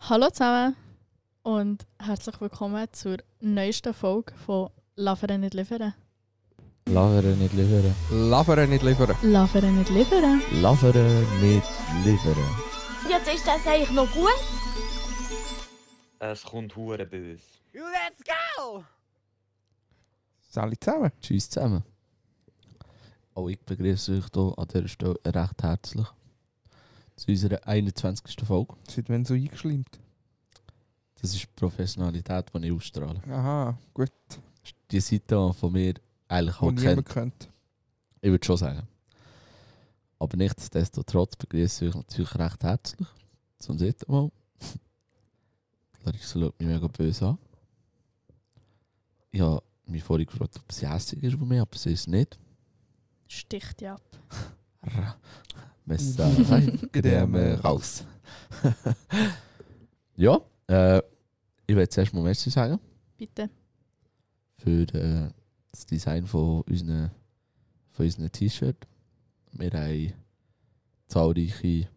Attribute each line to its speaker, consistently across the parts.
Speaker 1: Hallo zusammen und herzlich willkommen zur neuesten Folge von Lavere nicht liefern.
Speaker 2: Laveren nicht liefern.
Speaker 3: Laveren nicht liefern.
Speaker 1: Lavere nicht liefern?
Speaker 2: Laveren nicht liefern.
Speaker 4: Jetzt ist das eigentlich noch gut.
Speaker 5: Es kommt hure böse.
Speaker 3: Sali zusammen.
Speaker 2: Tschüss zusammen. Auch ich begrüße euch hier an dieser Stelle recht herzlich zu unserer 21. Folge.
Speaker 3: Seit wann so eingeschlimmt?
Speaker 2: Das ist die Professionalität, die ich ausstrahle.
Speaker 3: Aha, gut.
Speaker 2: Die Seite die von mir eigentlich
Speaker 3: Wo
Speaker 2: auch kennt.
Speaker 3: niemand kennt.
Speaker 2: Ich würde schon sagen. Aber nichtsdestotrotz begrüße ich euch natürlich recht herzlich zum dritten Mal. Larissa schaut mich mega böse an. Ich habe mich vorhin gefragt, ob sie hässlich ist von mir, aber sie ist nicht.
Speaker 1: Sticht ja ab.
Speaker 2: Messer rein, Gedärme äh, raus. ja, äh, ich will zuerst mal Merci sagen
Speaker 1: Bitte.
Speaker 2: für äh, das Design von unseren, von unseren T-Shirt. Wir haben zahlreiche.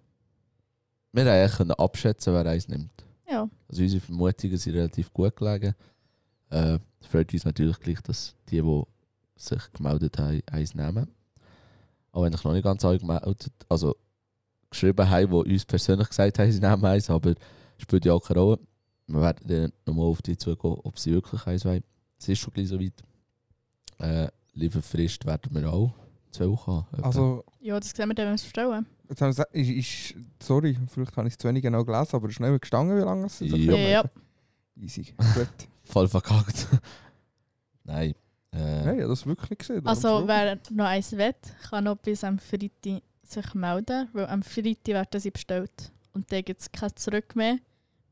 Speaker 2: Wir haben eigentlich können abschätzen, wer eins nimmt.
Speaker 1: Ja,
Speaker 2: Also unsere Vermutungen sind relativ gut gelegen. Äh, es freut uns natürlich gleich, dass die, die sich gemeldet haben, eins nehmen. Auch wenn ich noch nicht ganz alle gemeldet, also geschrieben haben, die uns persönlich gesagt haben, sie nehmen eins, aber spielt ja auch keine Rolle. Wir werden dann nochmal auf die zugehen, ob sie wirklich eins wollen. Es ist schon gleich soweit. Äh, lieber Frist werden wir auch zwei Wochen haben. etwa.
Speaker 3: Also,
Speaker 1: ja das sehen wir, dann, wenn wir es bestellen.
Speaker 3: jetzt haben wir gesagt, ist, ist, sorry, vielleicht habe ich es zu wenig genau gelesen, aber es ist nicht mehr gestanden, wie lange es ist.
Speaker 2: Ja,
Speaker 1: ja.
Speaker 3: Easy. gut.
Speaker 2: voll verkackt. Nein. Äh,
Speaker 3: Nein, ich habe das wirklich nicht gesehen. darum
Speaker 1: Also,
Speaker 3: frage
Speaker 1: wer noch eins will, kann noch bis am Freitag sich melden, weil am Freitag werden sie bestellt. Und dann gibt es kein Zurück mehr,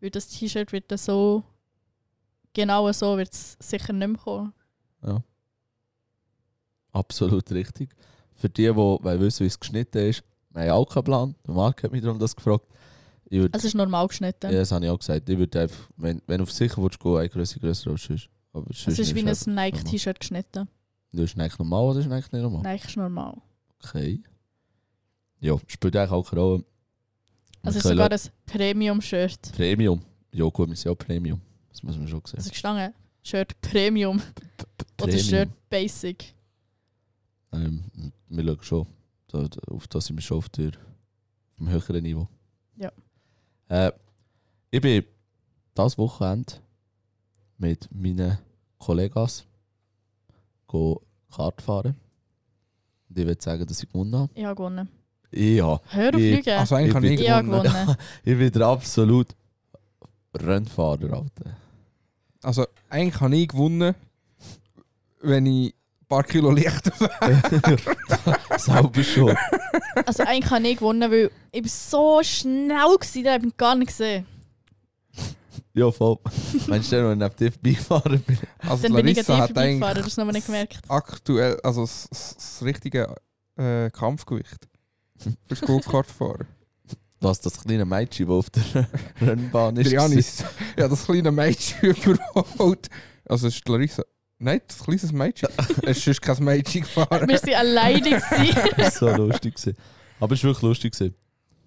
Speaker 1: weil das T-Shirt wird dann so. Genau so wird es sicher nicht mehr kommen.
Speaker 2: Absolut richtig. Für die, die wollen wissen, wie es geschnitten ist, wir haben auch keinen Plan. Der Marc hat mich darum das gefragt. Ich würd,
Speaker 1: Es ist normal geschnitten.
Speaker 2: ja, das habe ich auch gesagt. Ich würde einfach, wenn, wenn du auf sicher willst, gehen, eine Größe größer als sonst. Aber
Speaker 1: Also, es
Speaker 2: sonst
Speaker 1: ist wie
Speaker 2: nimmst
Speaker 1: ein
Speaker 2: einfach normal.
Speaker 1: Nike-T-Shirt geschnitten.
Speaker 2: Du hast eigentlich normal oder ist eigentlich nicht normal?
Speaker 1: Nike ist normal.
Speaker 2: Okay. Ja, spielt eigentlich auch keine Rolle. Wir
Speaker 1: Also es ist
Speaker 2: können-
Speaker 1: sogar ein Premium-Shirt.
Speaker 2: Premium. Ja, gut, wir sind ja Premium. Das muss man schon sehen.
Speaker 1: Also gestanden, Shirt Premium oder Shirt Basic.
Speaker 2: Ähm, wir schauen schon. Da, da- auf das sind wir schon auf, der, auf dem höheren Niveau.
Speaker 1: Ja.
Speaker 2: Äh, ich bin das Wochenende mit meinen Kollegas go Kart fahren. Und ich würde sagen, dass ich gewonnen habe.
Speaker 1: Ich habe gewonnen.
Speaker 2: Ja,
Speaker 1: Hör auf
Speaker 2: Ich-
Speaker 1: Lügen.
Speaker 3: ich. Also, eigentlich
Speaker 2: Ich
Speaker 3: habe ich
Speaker 1: ich habe
Speaker 3: gewonnen.
Speaker 1: gewonnen.
Speaker 2: ich bin der absolut Rennfahrer, Alter.
Speaker 3: Also, eigentlich habe ich gewonnen, wenn ich ein paar Kilo leichter wäre.
Speaker 2: Sauber schon.
Speaker 1: Also eigentlich habe ich gewonnen, weil ich bin so schnell gewesen, da habe ich gar nicht gesehen.
Speaker 2: Ja, voll. Meinst du, wenn ich neben dir vorbeigefahren bin?
Speaker 3: Also,
Speaker 1: Dann bin ich
Speaker 3: Larissa
Speaker 1: an dir
Speaker 3: hat
Speaker 1: vorbeigefahren, du
Speaker 3: eigentlich
Speaker 1: hast es noch nicht gemerkt.
Speaker 3: aktuell, also das, das das richtige äh, Kampfgewicht fürs Go-Kart fahren.
Speaker 2: Was, das kleine Mädchen, das auf der Rennbahn ist?
Speaker 3: Trianis. Ja, das kleine Mädchen überholt. Also, es ist die Larissa. Nein, das kleines Mädchen. es ist sonst kein Mädchen gefahren.
Speaker 1: Wir waren alleine. Gewesen.
Speaker 2: Das war so lustig. Gewesen. Aber es war wirklich lustig. Gewesen.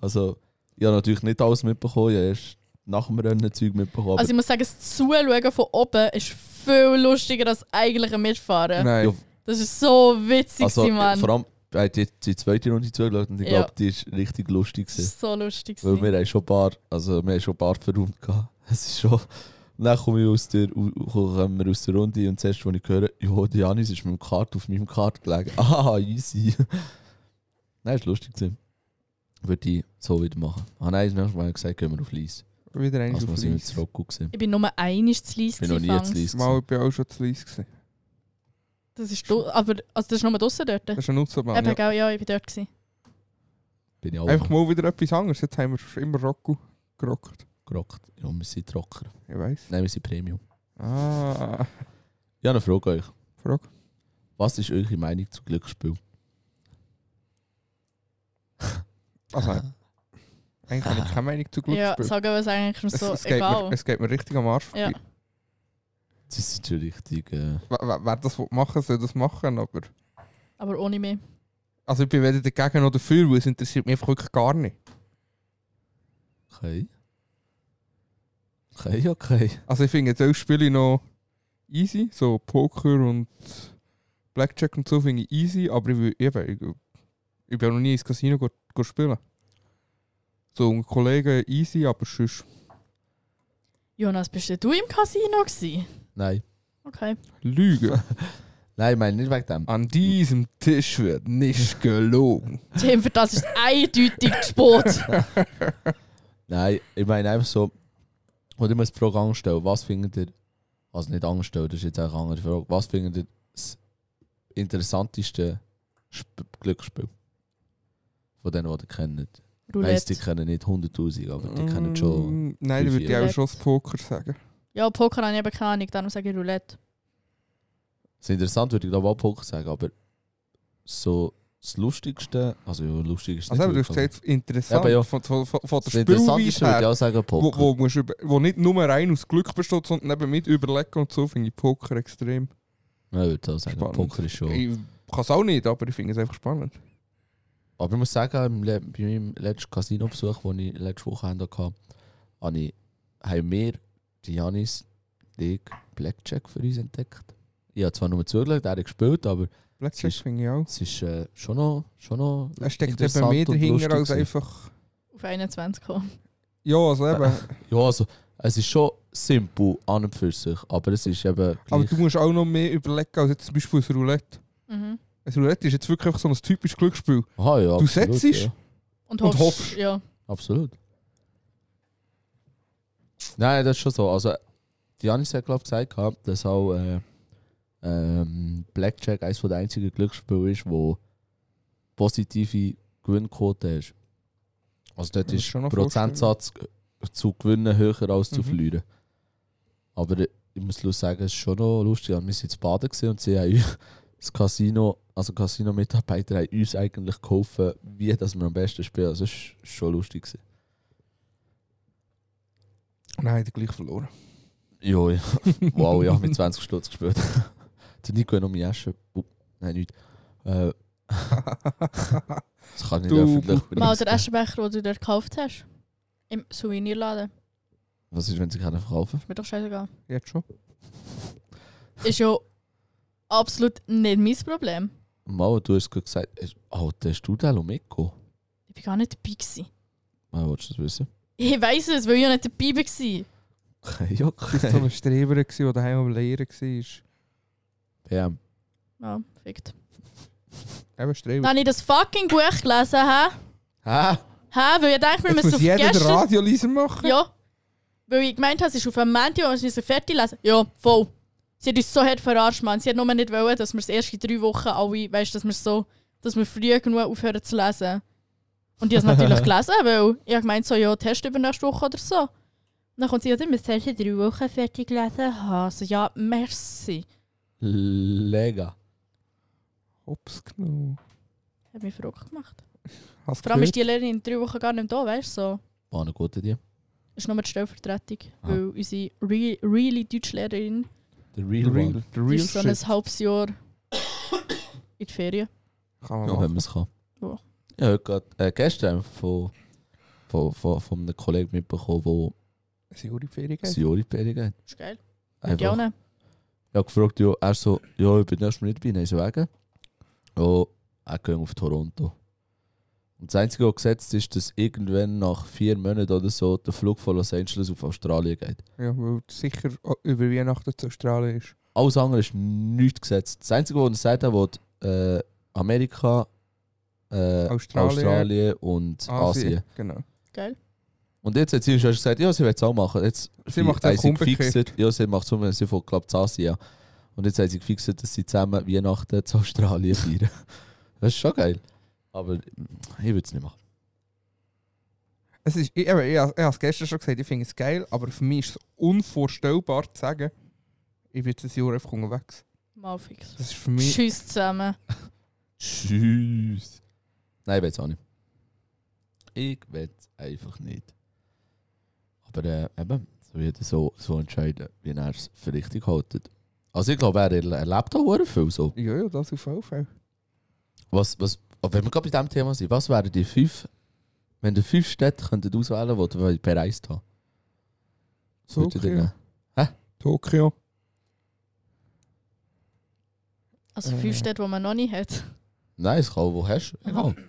Speaker 2: Also, ich habe natürlich nicht alles mitbekommen. Ich habe erst nach dem Rennen Zeug mitbekommen.
Speaker 1: Also ich muss sagen, das Zuschauen von oben ist viel lustiger als das eigentliche Mitfahren.
Speaker 3: Nein.
Speaker 2: Ja,
Speaker 1: Das ist so witzig,
Speaker 2: aber, also
Speaker 1: gewesen, Mann.
Speaker 2: vor allem, wir haben jetzt die zweite Runde zugeschaut und ich
Speaker 1: Ja.
Speaker 2: glaube, die ist richtig lustig.
Speaker 1: das
Speaker 2: Gewesen.
Speaker 1: ist so lustig.
Speaker 2: Weil
Speaker 1: gewesen.
Speaker 2: wir haben schon ein paar, also wir haben schon ein paar verräumt. gehabt. Es ist schon... Und dann komme ich aus der, kommen wir aus der Runde und zuerst, als ich höre, ja, der Janis ist mit dem Kart auf meinem Kart gelegen. Ah, easy. Nein, es war lustig. Gewesen. Würde ich so wieder machen. Ah nein, das nächste Mal habe ich gesagt, gehen wir auf Leis.
Speaker 3: Wieder eins
Speaker 2: Also
Speaker 3: auf
Speaker 2: muss ich mit
Speaker 3: Lies.
Speaker 2: Zurocco gesehen.
Speaker 1: Ich bin nur einmal zu leise
Speaker 2: Ich bin noch nie
Speaker 1: gewesen,
Speaker 2: zu
Speaker 1: Fangs.
Speaker 2: Leis.
Speaker 3: Mal, ich bin auch schon zu Lies gewesen.
Speaker 1: Das ist, du- aber, also das ist nur draussen dort.
Speaker 3: Das ist eine Nutzermann.
Speaker 1: Eben,
Speaker 3: Ja.
Speaker 1: gell, ja, ich bin dort. Gewesen.
Speaker 2: Bin ich auch
Speaker 3: Einfach mal wieder etwas anderes. Jetzt haben wir schon immer Rocco gerockt.
Speaker 2: gerockt. Ja, wir sind Rocker.
Speaker 3: Ich weiss.
Speaker 2: Nein, wir sind Premium.
Speaker 3: Ah,
Speaker 2: Ich habe eine Frage an euch.
Speaker 3: Frage.
Speaker 2: Was ist eure Meinung zu Glücksspiel?
Speaker 3: Also, eigentlich habe ich keine Meinung zu
Speaker 1: Ja,
Speaker 3: Glücksspiel.
Speaker 1: sagen wir es eigentlich nur
Speaker 3: es,
Speaker 1: so,
Speaker 3: es, geht mir,
Speaker 1: egal.
Speaker 3: es geht mir richtig am Arsch vorbei.
Speaker 1: Ja.
Speaker 2: Das ist schon richtig. Äh,
Speaker 3: Wer, wer- wer das will machen soll das machen. Aber
Speaker 1: Aber ohne mich.
Speaker 3: also ich bin weder dagegen noch dafür, weil es interessiert mich einfach wirklich gar nicht.
Speaker 2: okay. Okay, okay.
Speaker 3: Also ich finde jetzt elf Spiele noch easy, so Poker und Blackjack und so finde ich easy, aber ich, will, eben, ich, ich bin auch noch nie ins Casino go, go spielen. So mit Kollegen easy, aber sonst
Speaker 1: Jonas, bist denn du im Casino gewesen?
Speaker 2: Nein.
Speaker 1: Okay.
Speaker 3: Lüge.
Speaker 2: Nein, ich meine nicht wegen dem.
Speaker 3: An diesem Tisch wird nicht gelogen.
Speaker 1: Tim, für das ist eindeutig Sport.
Speaker 2: Nein, ich meine einfach so, und ich muss die Frage anstellen, was findet ihr, also nicht anstellen, das ist jetzt auch eine andere Frage, was findet ihr das interessanteste Sp Glücksspiel? Von denen, die ihr kennt. Weiss, die
Speaker 1: Roulette.
Speaker 2: kennen nicht 100'000, aber die kennen schon...
Speaker 3: Mm, Nein, da
Speaker 2: fünf
Speaker 3: würde ich
Speaker 2: Jahre.
Speaker 3: auch schon das Poker sagen.
Speaker 1: Ja, Poker habe ich eben keine Ahnung, darum sage ich Roulette.
Speaker 2: Das ist interessant, würde ich glaube auch Poker sagen, aber so das Lustigste, also ja, lustig ist
Speaker 3: Also eben,
Speaker 2: nicht
Speaker 3: du hast
Speaker 2: wirklich, aber-
Speaker 3: gesagt, interessant,
Speaker 2: Eben, ja.
Speaker 3: von, von, von, von der
Speaker 2: Das Interessanteste
Speaker 3: Spielweise her.
Speaker 2: würde ich auch sagen Poker.
Speaker 3: Wo, wo, musst über, wo nicht nur rein aus Glück besteht, sondern eben mit Überlegen und so, finde ich Poker extrem.
Speaker 2: Ja, ich würde auch sagen,
Speaker 3: Spannend.
Speaker 2: Poker ist schon...
Speaker 3: Ich kann es auch nicht, aber ich finde es einfach spannend.
Speaker 2: Aber ich muss sagen, im Le- bei meinem letzten Casino-Besuch, den ich letztes Wochenende hatte, habe ich, haben wir, die Janis, die Blackjack für uns entdeckt. Ich habe zwar nur zugelegt, er hat gespielt, aber
Speaker 3: Blackjack
Speaker 2: Siehst-
Speaker 3: finde ich auch.
Speaker 2: es ist äh, schon noch. Schon noch
Speaker 3: Es steckt eben
Speaker 2: Interessant
Speaker 3: mehr
Speaker 2: und
Speaker 3: dahinter
Speaker 2: lustig
Speaker 3: als
Speaker 2: gewesen.
Speaker 3: einfach.
Speaker 1: Auf 21 kommen.
Speaker 3: Ja, also eben.
Speaker 2: ja, also, es ist schon simpel an und für sich, aber es ist eben.
Speaker 3: aber
Speaker 2: Gleich,
Speaker 3: du musst auch noch mehr überlegen als jetzt zum Beispiel ein Roulette.
Speaker 1: Mhm.
Speaker 3: Ein Roulette ist jetzt wirklich einfach so ein typisches Glücksspiel.
Speaker 2: aha, ja, absolut,
Speaker 3: setzt es?
Speaker 2: Ja,
Speaker 1: Und hoffst.
Speaker 3: Und hoffst.
Speaker 1: Ja.
Speaker 2: absolut. Nein, das ist schon so. Also, die Janis hat, glaube ich, gesagt, gehabt, dass auch äh, ähm, Blackjack eines der einzigen Glücksspiele ist, wo positive Gewinnquote ist. Also dort
Speaker 3: Kann ich
Speaker 2: ist
Speaker 3: schon noch
Speaker 2: Prozentsatz zu gewinnen höher als zu
Speaker 3: Mhm.
Speaker 2: verlieren. Aber ich muss bloß sagen, es ist schon noch lustig. Also, Wir waren jetzt baden gewesen und sie haben uns das Casino, also Casino-Mitarbeiter haben uns eigentlich geholfen, wie dass wir am besten spielen. Also es ist schon lustig. Gewesen.
Speaker 3: Nein, der gleich verloren.
Speaker 2: Ja, ja. Wow, ja, mit 20 Stutz gespielt. Der Nico hat noch meine Asche. Uh, nein, nicht. Äh, das kann ich nicht
Speaker 3: Du-
Speaker 2: öffentlich
Speaker 1: Mal der
Speaker 2: benutzen.
Speaker 1: Aschenbecher, den du dort gekauft hast. Im Souvenirladen.
Speaker 2: Was ist, wenn sie keinen verkaufen?
Speaker 1: Ist mir doch scheißegal.
Speaker 3: Jetzt schon.
Speaker 1: Ist ja absolut nicht mein Problem.
Speaker 2: Mal, du hast gerade gesagt, es- oh, der ist du der Lomeco.
Speaker 1: Ich bin gar nicht dabei. Gewesen.
Speaker 2: Ah, willst du das wissen?
Speaker 1: Ich weiß es, weil ich ja nicht dabei war.
Speaker 2: Okay, ja,
Speaker 3: Du warst so
Speaker 2: okay.
Speaker 3: ein Streber, gewesen, der daheim am Lehren war.
Speaker 2: PM.
Speaker 1: Ja, fickt.
Speaker 3: Eben Streber.
Speaker 1: Dann habe ich das fucking Buch gelesen, hä?
Speaker 2: Hä?
Speaker 1: Hä? Weil ich denke, wir
Speaker 3: Jetzt
Speaker 1: müssen
Speaker 3: muss
Speaker 1: auf
Speaker 3: jeder den
Speaker 1: gestern...
Speaker 3: Radioliser machen.
Speaker 1: Ja. Weil ich gemeint habe, es ist auf einem Montag, und wir müssen fertig lesen. Ja, voll. Sie hat uns so hart verarscht, Mann. Sie hat nur nicht wollen, dass wir es erst in drei Wochen alle, weißt, dass wir so, dass wir früh genug aufhören zu lesen. Und ich habe es natürlich gelesen, weil ich habe gemeint so, ja, Test über nächste Woche oder so. Und dann kommt sie, ja, du musst erst in drei Wochen fertig gelesen haben. So, ja, merci.
Speaker 2: Lega.
Speaker 3: Hops genommen.
Speaker 1: Hat mich verrückt gemacht.
Speaker 3: Hast
Speaker 1: Vor allem ist
Speaker 3: gehört?
Speaker 1: die Lehrerin in drei Wochen gar nicht mehr da, weißt du? So.
Speaker 2: War eine gute Idee.
Speaker 1: Ist nur die Stellvertretung,
Speaker 2: Ah.
Speaker 1: weil unsere re really Deutschlehrerin
Speaker 2: Der Real, One.
Speaker 1: Die
Speaker 3: the real
Speaker 1: ist so ein
Speaker 3: shit.
Speaker 1: halbes Jahr in die Ferien.
Speaker 3: Kann man
Speaker 2: Ja, wenn
Speaker 3: machen.
Speaker 2: man es kann.
Speaker 1: Ja.
Speaker 2: Ja, heute grad, äh, gestern von, von, von, von einem Kollegen mitbekommen,
Speaker 3: Ist ja auch die Ferien,
Speaker 2: der
Speaker 3: gell?
Speaker 2: Siori-Ferien hat.
Speaker 1: Ist geil.
Speaker 2: Einfach-
Speaker 1: Die auch nicht.
Speaker 2: Ja, gefragt, ja, er so, ja, ich bin erst mal nicht dabei, nein, so wegen. Ja, er ging auf Toronto. Und das Einzige, was gesetzt ist, dass irgendwann nach vier Monaten oder so der Flug von Los Angeles auf Australien geht.
Speaker 3: Ja, weil es sicher auch über Weihnachten zu Australien ist.
Speaker 2: Alles andere ist nichts gesetzt. Das Einzige, was er gesagt hat, was äh, Amerika, äh, Australien.
Speaker 3: Australien.
Speaker 2: und Asien.
Speaker 3: Asien. Genau.
Speaker 2: Und jetzt hat sie schon gesagt, ja, sie will es auch machen. Jetzt
Speaker 3: Sie macht
Speaker 2: haben
Speaker 3: einfach
Speaker 2: sie
Speaker 3: umgekehrt.
Speaker 2: gefixt. Ja, sie macht es sie von Club Asien. Und jetzt haben sie gefixt, dass sie zusammen Weihnachten zu Australien feiern. das ist schon geil. Aber ich würde es nicht machen.
Speaker 3: Es ist, ich, eben, ich, ha- ich habe es gestern schon gesagt, ich finde es geil, aber für mich ist es unvorstellbar zu sagen, ich bin dieses Jahr einfach unterwegs.
Speaker 1: Mal fix.
Speaker 3: Das ist für mich.
Speaker 1: Tschüss zusammen.
Speaker 2: Tschüss. Nein, ich will es auch nicht. Ich will es einfach nicht. Aber äh, eben, so jeder so, so entscheiden, wie er es für richtig hält. Also ich glaube, er er- erlebt auch verdammt viel so.
Speaker 3: Ja, ja, das auf jeden Fall.
Speaker 2: Was, was, aber wenn wir gerade bei diesem Thema sind, was wären die fünf, wenn ihr fünf Städte könntet auswählen könntet, die ihr bereist haben? Würdet ihr den
Speaker 3: Tokio.
Speaker 2: nehmen?
Speaker 3: Tokio.
Speaker 1: Also
Speaker 3: Äh.
Speaker 1: fünf Städte, die man noch nicht hat.
Speaker 2: Nein, es kann auch, wo hast du.
Speaker 1: Aha.
Speaker 2: Egal.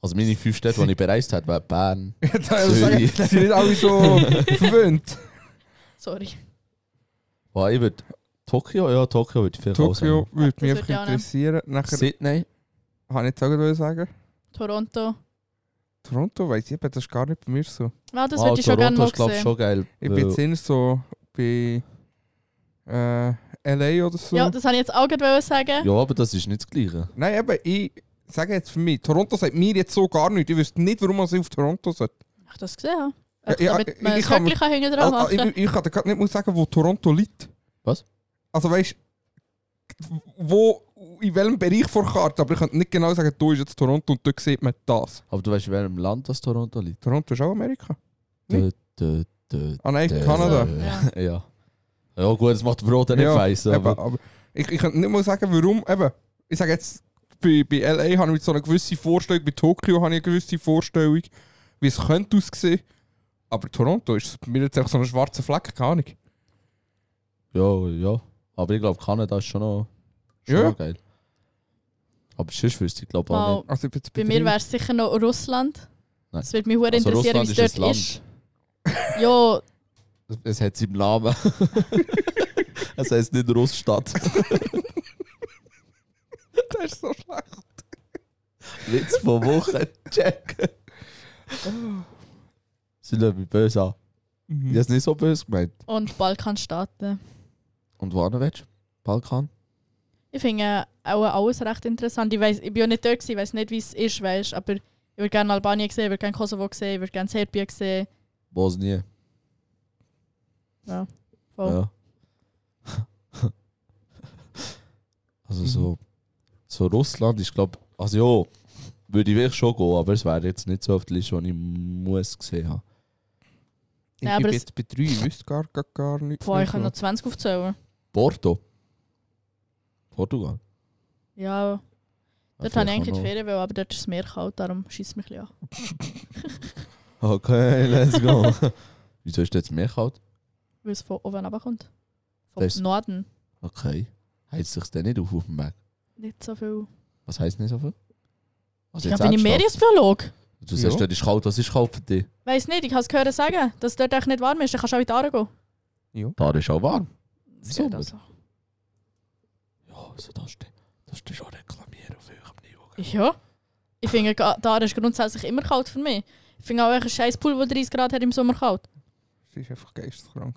Speaker 2: Also meine fünf Städte, die ich bereist habe, wären Bern.
Speaker 3: Ja, da sag ich, sind nicht alle so verwöhnt.
Speaker 1: Sorry.
Speaker 2: Oh, ich würde Tokio, ja, Tokio würde ich vielleicht auch
Speaker 3: Tokio
Speaker 2: sagen.
Speaker 1: Das
Speaker 3: würde mich
Speaker 1: würde
Speaker 3: einfach
Speaker 1: ich auch nehmen.
Speaker 3: interessieren. Nachher
Speaker 2: Sydney.
Speaker 3: habe ich nicht sagen, was ich sagen.
Speaker 1: Toronto.
Speaker 3: Toronto weiß ich, eben, das ist gar nicht bei mir so.
Speaker 1: Ja, das
Speaker 2: Ah,
Speaker 1: würde ich schon gerne
Speaker 2: Toronto
Speaker 1: mal
Speaker 2: ist, glaub ich,
Speaker 1: sehen.
Speaker 2: schon geil.
Speaker 3: Ich
Speaker 2: weil-
Speaker 3: bin jetzt eher so bei äh, LA oder so.
Speaker 1: Ja, das wollte ich jetzt auch gerade wollen sagen.
Speaker 2: ja, aber das ist nicht das Gleiche.
Speaker 3: Nein, eben, ich sage jetzt für mich, Toronto sagt mir jetzt so gar nichts. Ich wüsste nicht, warum man sich auf Toronto sollte.
Speaker 1: Ach, das gesehen habe.
Speaker 3: Ja,
Speaker 1: Echt,
Speaker 3: ja,
Speaker 1: damit man
Speaker 3: ich-
Speaker 1: ein
Speaker 3: ich kann mir-
Speaker 1: Köckchen kann hinten
Speaker 2: Ah,
Speaker 1: dran
Speaker 3: Also, ich,
Speaker 1: machen.
Speaker 3: ich kann dir gerade nicht mal sagen, wo Toronto liegt.
Speaker 2: Was?
Speaker 3: Also weißt du, wo, in welchem Bereich vor Karte, aber ich kann nicht genau sagen, da ist jetzt Toronto und da sieht man das.
Speaker 2: Aber du weißt, in welchem Land das Toronto liegt.
Speaker 3: Toronto ist auch Amerika.
Speaker 2: Dö,
Speaker 3: Nee.
Speaker 2: dö, dö,
Speaker 3: Ah nein,
Speaker 2: dö.
Speaker 3: Kanada.
Speaker 1: Ja.
Speaker 2: ja. Ja gut, das macht Brot dann nicht
Speaker 3: Ja,
Speaker 2: weiss,
Speaker 3: Eben,
Speaker 2: aber
Speaker 3: aber ich, ich kann nicht mal sagen, warum. Eben, ich sage jetzt, bei, bei LA habe ich so eine gewisse Vorstellung, bei Tokio habe ich eine gewisse Vorstellung, wie es könnte aussehen. Aber Toronto ist mir jetzt einfach so ein schwarzer Fleck, keine Ahnung.
Speaker 2: ja, ja. Aber ich glaube, Kanada ist schon noch, schon
Speaker 3: Ja.
Speaker 2: noch geil. Aber sonst wüsste ich glaube auch
Speaker 1: Mal,
Speaker 2: nicht.
Speaker 3: Also ich bin jetzt
Speaker 1: bei
Speaker 3: bei
Speaker 1: mir
Speaker 3: drei.
Speaker 1: wäre es sicher noch Russland.
Speaker 2: Nein.
Speaker 1: Es würde mich sehr
Speaker 2: Also
Speaker 1: interessieren,
Speaker 2: Russland
Speaker 1: wie es
Speaker 2: ist ein
Speaker 1: dort ist. ja,
Speaker 2: Es- Es hat seinen Namen. es heisst nicht Russstadt.
Speaker 3: Das ist so schlecht.
Speaker 2: Witz von Woche, check. Sie schauen mich böse an. Ich
Speaker 3: Mhm.
Speaker 2: habe es nicht so böse gemeint.
Speaker 1: und Balkanstaaten.
Speaker 2: Und wo willst du? Balkan?
Speaker 1: Ich finde äh, auch alles recht interessant. Ich, weiss, ich bin ja nicht dort, gewesen, ich weiß nicht, wie es ist, weißt, aber ich würde gerne Albanien sehen, ich würde gerne Kosovo sehen, ich würde gerne Serbien sehen.
Speaker 2: Bosnien.
Speaker 1: Voll.
Speaker 2: Ja. also
Speaker 3: Mhm.
Speaker 2: so, so Russland ist glaube also ja, würde ich wirklich schon gehen, aber es wäre jetzt nicht so auf der Liste, die ich muss gesehen haben.
Speaker 3: Ich,
Speaker 1: Ja, aber
Speaker 3: ich bin
Speaker 1: es-
Speaker 3: jetzt bei drei, ich wüsste gar, gar, gar nichts.
Speaker 1: Boah, ich kann
Speaker 3: mehr.
Speaker 1: noch 20 aufzählen.
Speaker 2: Porto. Portugal.
Speaker 1: Ja, dort habe
Speaker 2: Ja,
Speaker 1: ich
Speaker 2: vielleicht
Speaker 1: eigentlich die
Speaker 2: auch
Speaker 1: Ferien, wollen, aber dort ist es mehr kalt, darum schießt mich ein bisschen an.
Speaker 2: noch. Okay, let's go. Wieso ist jetzt mehr kalt?
Speaker 1: Weil es von oben runterkommt. Vom
Speaker 2: Das ist-
Speaker 1: Norden.
Speaker 2: Okay. Heizt sich denn nicht auf auf dem Weg?
Speaker 1: Nicht so viel.
Speaker 2: Was heisst nicht so viel? Also
Speaker 1: Ich glaube, bin ich
Speaker 2: ernsthaft?
Speaker 1: Meeresbiolog.
Speaker 2: Du sagst,
Speaker 3: Ja.
Speaker 2: dort ist kalt. Was ist kalt für dich?
Speaker 1: Weiß nicht, ich habe es gehört sagen, dass es dort echt nicht warm ist. Dann kannst du auch in die Aare gehen.
Speaker 2: Da ist auch warm.
Speaker 1: Das
Speaker 2: Sommer.
Speaker 1: geht also.
Speaker 2: Ja, also das ist, das ist schon reklamieren auf eurem Niveau.
Speaker 1: Ja. Ich finde, ga- die Aare ist grundsätzlich immer kalt für mich. Ich finde auch echt ein scheiß Pool, der 30 Grad hat im Sommer kalt.
Speaker 3: Sie ist einfach geisteskrank.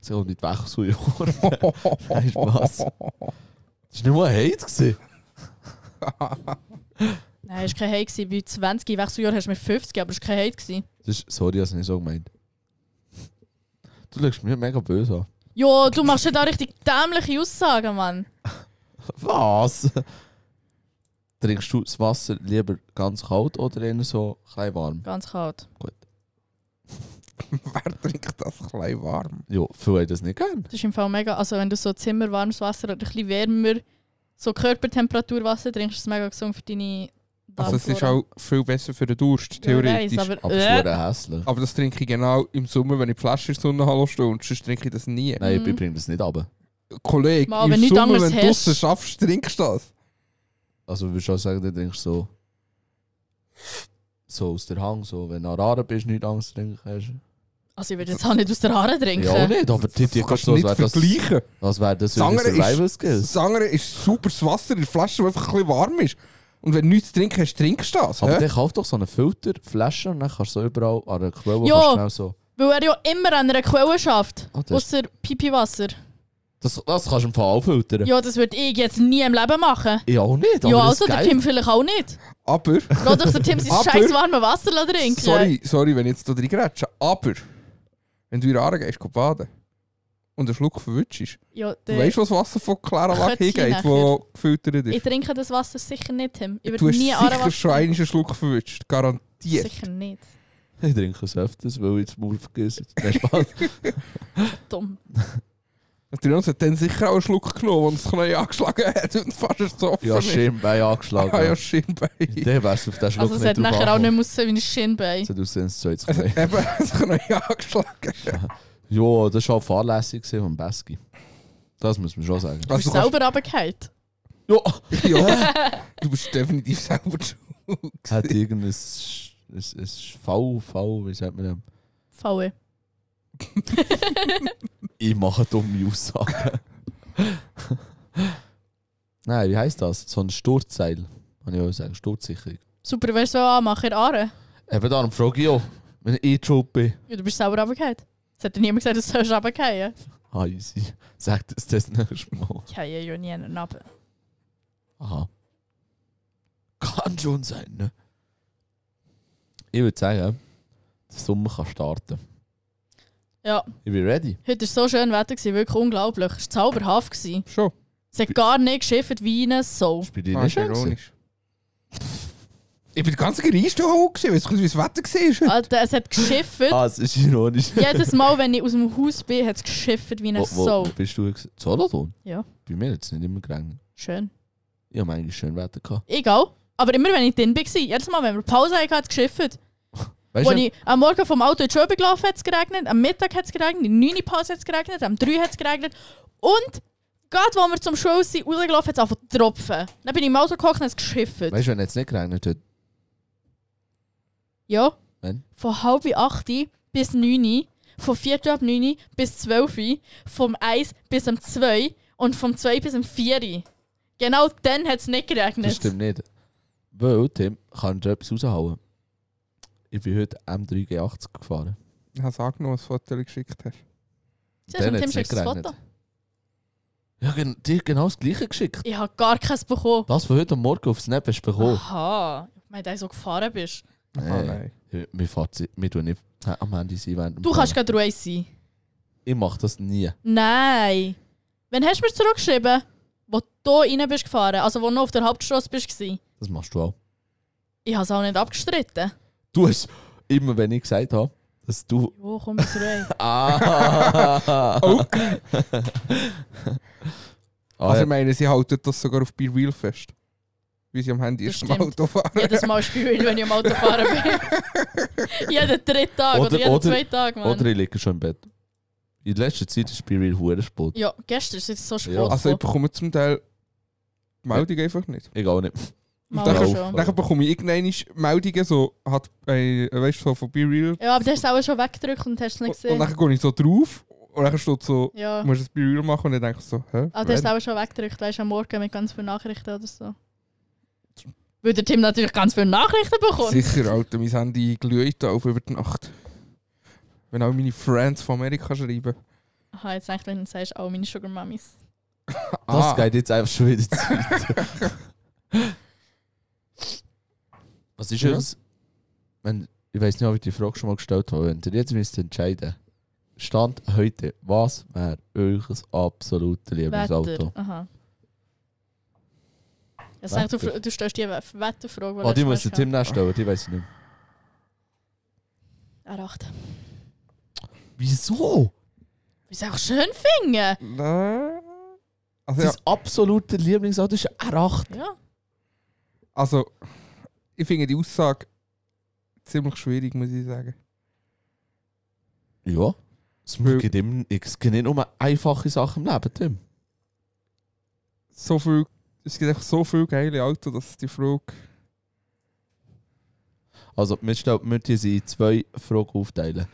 Speaker 2: Sie kommt nicht weg aus Jahren. Nein, Spaß. Das war nur ein Hate. gewesen.
Speaker 1: Nein, es war kein Hate. gewesen. Bei 20 Wechseljahren hast du mit 50, aber es war kein Hate. gewesen.
Speaker 2: Das ist, sorry, ich habe es nicht so gemeint. Du schaust mir mega böse an.
Speaker 1: Jo, du machst ja da richtig dämliche Aussagen, Mann.
Speaker 2: Was? Trinkst du das Wasser lieber ganz kalt oder eher so klein warm?
Speaker 1: Ganz kalt.
Speaker 3: Wer trinkt das klein warm?
Speaker 2: Ja, viele haben das nicht gern.
Speaker 1: Das ist im Fall mega. Also, wenn du so zimmerwarmes Wasser oder ein bisschen wärmer, so Körpertemperaturwasser trinkst, ist es mega gesund für deine
Speaker 3: Also es ist
Speaker 1: Darmflora.
Speaker 3: auch viel besser für den Durst,
Speaker 1: Ja, ich weiss,
Speaker 3: theoretisch. aber,
Speaker 1: aber,
Speaker 2: Aber
Speaker 1: äh,
Speaker 2: es ist hässlich.
Speaker 3: das trinke ich genau im Sommer, wenn ich die Flasche in die Sonne habe lasse, und sonst trinke ich das nie.
Speaker 2: Nein, ich-
Speaker 1: Mhm.
Speaker 2: ich bringe das nicht runter.
Speaker 3: Kollege,
Speaker 1: Mal,
Speaker 3: im
Speaker 1: wenn nichts
Speaker 3: Sommer,
Speaker 1: anderes
Speaker 3: wenn du
Speaker 1: hast.
Speaker 3: draussen schaffst, trinkst du das.
Speaker 2: Also würdest du auch sagen, du trinkst so... So aus der Hang, so, wenn du an der Aare bist, nichts anderes zu trinken hast.
Speaker 1: Also, ich würde jetzt auch nicht aus der Haare trinken.
Speaker 2: Ja, auch nicht, aber die
Speaker 3: das
Speaker 2: Titel
Speaker 3: kannst
Speaker 2: so,
Speaker 3: du
Speaker 2: als
Speaker 3: nicht
Speaker 2: wäre das,
Speaker 3: vergleichen.
Speaker 2: als wäre das
Speaker 3: Das
Speaker 2: unsere
Speaker 3: andere ist-
Speaker 2: Survival-Skills.
Speaker 3: Das andere ist sauberes Wasser in der Flasche, das einfach ein bisschen warm ist. Und wenn du nichts zu trinken hast, trinkst du das.
Speaker 2: Aber
Speaker 3: hä?
Speaker 2: dann kauf doch so eine Filterflasche und dann kannst du so überall an der Quelle
Speaker 1: Ja.
Speaker 2: kannst schnell so.
Speaker 1: Weil er ja immer an einer Quelle schafft.
Speaker 2: Ah, das,
Speaker 1: Außer Pipi-Wasser.
Speaker 2: das, das kannst du im Fall auch filtern. Ja,
Speaker 1: Ja, das würde ich jetzt nie im Leben machen.
Speaker 2: auch nicht.
Speaker 1: ja,
Speaker 2: aber das
Speaker 1: also
Speaker 2: ist
Speaker 1: der
Speaker 2: geil.
Speaker 1: Tim vielleicht auch nicht.
Speaker 3: Aber,
Speaker 1: Lass doch der Tim sein
Speaker 3: Aber-
Speaker 1: scheiß warmes Wasser trinken.
Speaker 3: sorry, sorry, wenn ich jetzt da drin grätsche, aber, wenn du in die Aare gehst, geh baden und einen Schluck verwutschst,
Speaker 1: Ja,
Speaker 3: du
Speaker 1: der-
Speaker 3: weißt, was Wasser von Clara Lack
Speaker 1: Kötzli
Speaker 3: hingeht,
Speaker 1: nachher.
Speaker 3: wo gefiltert
Speaker 1: ich
Speaker 3: ist.
Speaker 1: trinke das Wasser sicher nicht, Tim. Ich
Speaker 3: Du
Speaker 1: würde
Speaker 3: hast
Speaker 1: nie
Speaker 3: sicher
Speaker 1: Aarewasser
Speaker 3: schon einmal einen Schluck verwutscht, garantiert.
Speaker 1: Sicher nicht.
Speaker 2: Ich trinke es öfters, weil ich das Maul vergesse. Nein, Spaß.
Speaker 1: Dumm.
Speaker 3: Adrianus hat dann sicher auch einen Schluck genommen, als er das Knie angeschlagen hat und fast ersoffen
Speaker 2: Ja,
Speaker 3: ist.
Speaker 2: Schienbein angeschlagen.
Speaker 3: Ah, ja,
Speaker 2: ja.
Speaker 3: Schienbein.
Speaker 2: Dann wärst du auf den Schluck
Speaker 1: Also es hat nachher auch nicht
Speaker 2: angekommen.
Speaker 1: mehr aussehen wie ein Schienbein.
Speaker 2: Es hat ausgesehen, als zweites
Speaker 3: Also,
Speaker 2: Knie.
Speaker 3: eben, das Knie angeschlagen.
Speaker 2: Ja, das war auch fahrlässig gewesen vom Beski. Das muss man schon sagen.
Speaker 1: Du bist
Speaker 3: du kannst-
Speaker 1: selber runtergefallen.
Speaker 2: Ja!
Speaker 3: ja, du bist definitiv selber schuld.
Speaker 2: Hat irgendein Sch- ein, ein V, V, wie sagt man das?
Speaker 1: VE.
Speaker 2: Ich mache dumme Aussagen. Nein, wie heisst das? So ein Sturzseil. Kann ich auch sagen. Sturzsicherung.
Speaker 1: Super, wärst du auch machen, Aare.
Speaker 2: Eben darum frage ich auch, wenn ich E-Troop bin.
Speaker 1: Ja, du bist selber runtergefallen. Es hat dir niemand gesagt, dass du runterfallen sollst.
Speaker 2: Ah, easy. Sag das das nächste Mal.
Speaker 1: Ich habe ja nie einen runter.
Speaker 2: Aha. Kann schon sein, ne? Ich würde sagen, der Sommer kann starten.
Speaker 1: Ja,
Speaker 2: Ich bin ready.
Speaker 1: heute war so schön Wetter, gewesen, wirklich unglaublich. Es war zauberhaft. Gewesen.
Speaker 3: Schon.
Speaker 1: Es hat gar nicht geschifft wie eine Sau.
Speaker 2: Das bin ich
Speaker 3: Ah,
Speaker 2: nicht
Speaker 3: ist
Speaker 2: schön gewesen.
Speaker 3: ironisch. Ich bin ganz gereist, du gesehen, weißt du, wie das Wetter war?
Speaker 1: Alter, es hat geschifft.
Speaker 2: Ah, es ist ironisch.
Speaker 1: Jedes Mal, wenn ich aus dem Haus bin, hat es geschifft wie eine
Speaker 2: wo, wo
Speaker 1: Sau.
Speaker 2: bist du? gewesen? Solothurn?
Speaker 1: Ja.
Speaker 2: Bei mir hat es nicht immer geregnet.
Speaker 1: Schön.
Speaker 2: Ich habe eigentlich schön Wetter gehabt.
Speaker 1: Egal. Aber immer wenn ich drin war, jedes Mal, wenn wir Pause hatten, hat es geschifft.
Speaker 2: Weißt
Speaker 1: Wo
Speaker 2: du,
Speaker 1: ich am Morgen vom Auto in die Schule bin gelaufen hat es geregnet, am Mittag hat es geregnet, in 9 Uhr Pause hat es geregnet, am 3 Uhr hat es geregnet. Und gerade wo wir zum Schule sind, rausgelaufen, hat es einfach tropfen. Dann bin ich im Auto gekocht und es geschifft.
Speaker 2: weißt, du, wenn es nicht geregnet hat?
Speaker 1: Ja.
Speaker 2: Wenn?
Speaker 1: Von halb acht bis neun, von viertel ab neun bis zwölf, vom eins bis um zwei und vom zwei bis um vier. Genau dann hat es nicht
Speaker 2: Das
Speaker 1: geregnet.
Speaker 2: stimmt nicht. Weil, Tim, kann dir etwas raushauen. Ich bin heute M3G80 gefahren.
Speaker 3: Ich habe es angenommen, was du das Foto geschickt hast.
Speaker 1: Siehst du,
Speaker 2: Dann
Speaker 1: mit
Speaker 2: hat's
Speaker 1: dem schickst du das Foto.
Speaker 2: Ja, gen dir genau das gleiche geschickt.
Speaker 1: Ich habe gar keins bekommen.
Speaker 2: Das, was heute Morgen auf Snap hast du bekommen.
Speaker 1: Ah. Aha. Ich meine, dass du so gefahren bist.
Speaker 3: Ah, nein.
Speaker 2: Ja, Wir fahren sie- wir tun nicht am Handy sein während dem
Speaker 1: Du kannst
Speaker 2: Fahren.
Speaker 1: gerade ruhig sein.
Speaker 2: Ich mache das nie.
Speaker 1: Nein. Wann hast du mir zurückgeschrieben, wo du rein bist gefahren? Also, wo du noch auf der Hauptstrasse bist. gewesen?
Speaker 2: Das machst du auch.
Speaker 1: Ich habe es auch nicht abgestritten.
Speaker 2: Du hast immer, wenn ich gesagt habe, dass du.
Speaker 1: Jo, komm jetzt ruhig.
Speaker 2: Ah!
Speaker 3: Oh.
Speaker 2: ah
Speaker 3: Also,
Speaker 2: ja.
Speaker 3: ich meine, sie halten das sogar auf Be Real fest. Wie sie am Handy
Speaker 1: Das
Speaker 3: ist, am
Speaker 1: stimmt.
Speaker 3: Auto fahren.
Speaker 1: Jedes Mal spiele ich, wenn ich am Auto fahren bin. jeden dritten Tag oder,
Speaker 2: Oder-
Speaker 1: jeden
Speaker 2: oder-
Speaker 1: zweiten Tag, Mann.
Speaker 2: Oder ich liege schon im Bett. In letzter Zeit ist bei mir hure Sport.
Speaker 1: ja, gestern ist es so spät.
Speaker 2: Ja.
Speaker 3: Also, ich
Speaker 1: gekommen.
Speaker 3: bekomme zum Teil die Meldung einfach nicht.
Speaker 2: Ich auch nicht.
Speaker 1: Mal
Speaker 3: Nachher-
Speaker 1: schon.
Speaker 3: Nachher bekomme ich irgendwann Meldungen, so, hat, äh, weißt du, so von Be Real.
Speaker 1: Ja, aber du hast es auch schon weggedrückt und hast es nicht
Speaker 3: Und, und
Speaker 1: gesehen.
Speaker 3: dann gehe ich so drauf und dann steht so,
Speaker 1: Ja. Ah,
Speaker 3: du musst es Be Real machen und dann denke ich so, hä?
Speaker 1: Aber du hast es
Speaker 3: Wer?
Speaker 1: auch schon weggedrückt, weißt du, am Morgen mit ganz vielen Nachrichten oder so. Weil der Tim natürlich ganz viele Nachrichten bekommt.
Speaker 3: Sicher, Alter, mein Handy glüht auf über die Nacht. Wenn auch meine Friends von Amerika schreiben.
Speaker 1: Aha, jetzt denke ich, wenn du sagst, auch meine Sugar Mummies.
Speaker 2: Das
Speaker 3: Ah.
Speaker 2: geht jetzt einfach schon wieder zu weit. Was ist
Speaker 3: Ja.
Speaker 2: übrigens, wenn, ich weiß nicht, ob ich die Frage schon mal gestellt habe, wenn ihr jetzt müsst entscheiden, Stand heute, was wäre eures absolute Lieblingsauto?
Speaker 1: Wetter. Aha. Jetzt denke ich, du,
Speaker 2: Wetter.
Speaker 1: du stellst die We- Wetterfrage.
Speaker 2: Oh, die
Speaker 1: letztes Mal
Speaker 2: muss der Tim
Speaker 1: gehabt.
Speaker 2: nachstellen, die weiß ich nicht.
Speaker 1: Er acht.
Speaker 2: Wieso?
Speaker 1: Ich auch schön finden.
Speaker 3: Nein. Also,
Speaker 2: Sein
Speaker 3: ja,
Speaker 2: absolute Lieblingsauto ist ein R8.
Speaker 1: Ja.
Speaker 3: also, ich finde die Aussage ziemlich schwierig, muss ich sagen.
Speaker 2: Ja. Es
Speaker 3: Weil-
Speaker 2: gibt immer- es gibt nicht nur einfache Sachen im Leben, Tim.
Speaker 3: So viel, es gibt einfach so viele geile Autos, dass die Frage.
Speaker 2: Also, wir stellen wir die sie in zwei Fragen aufteilen.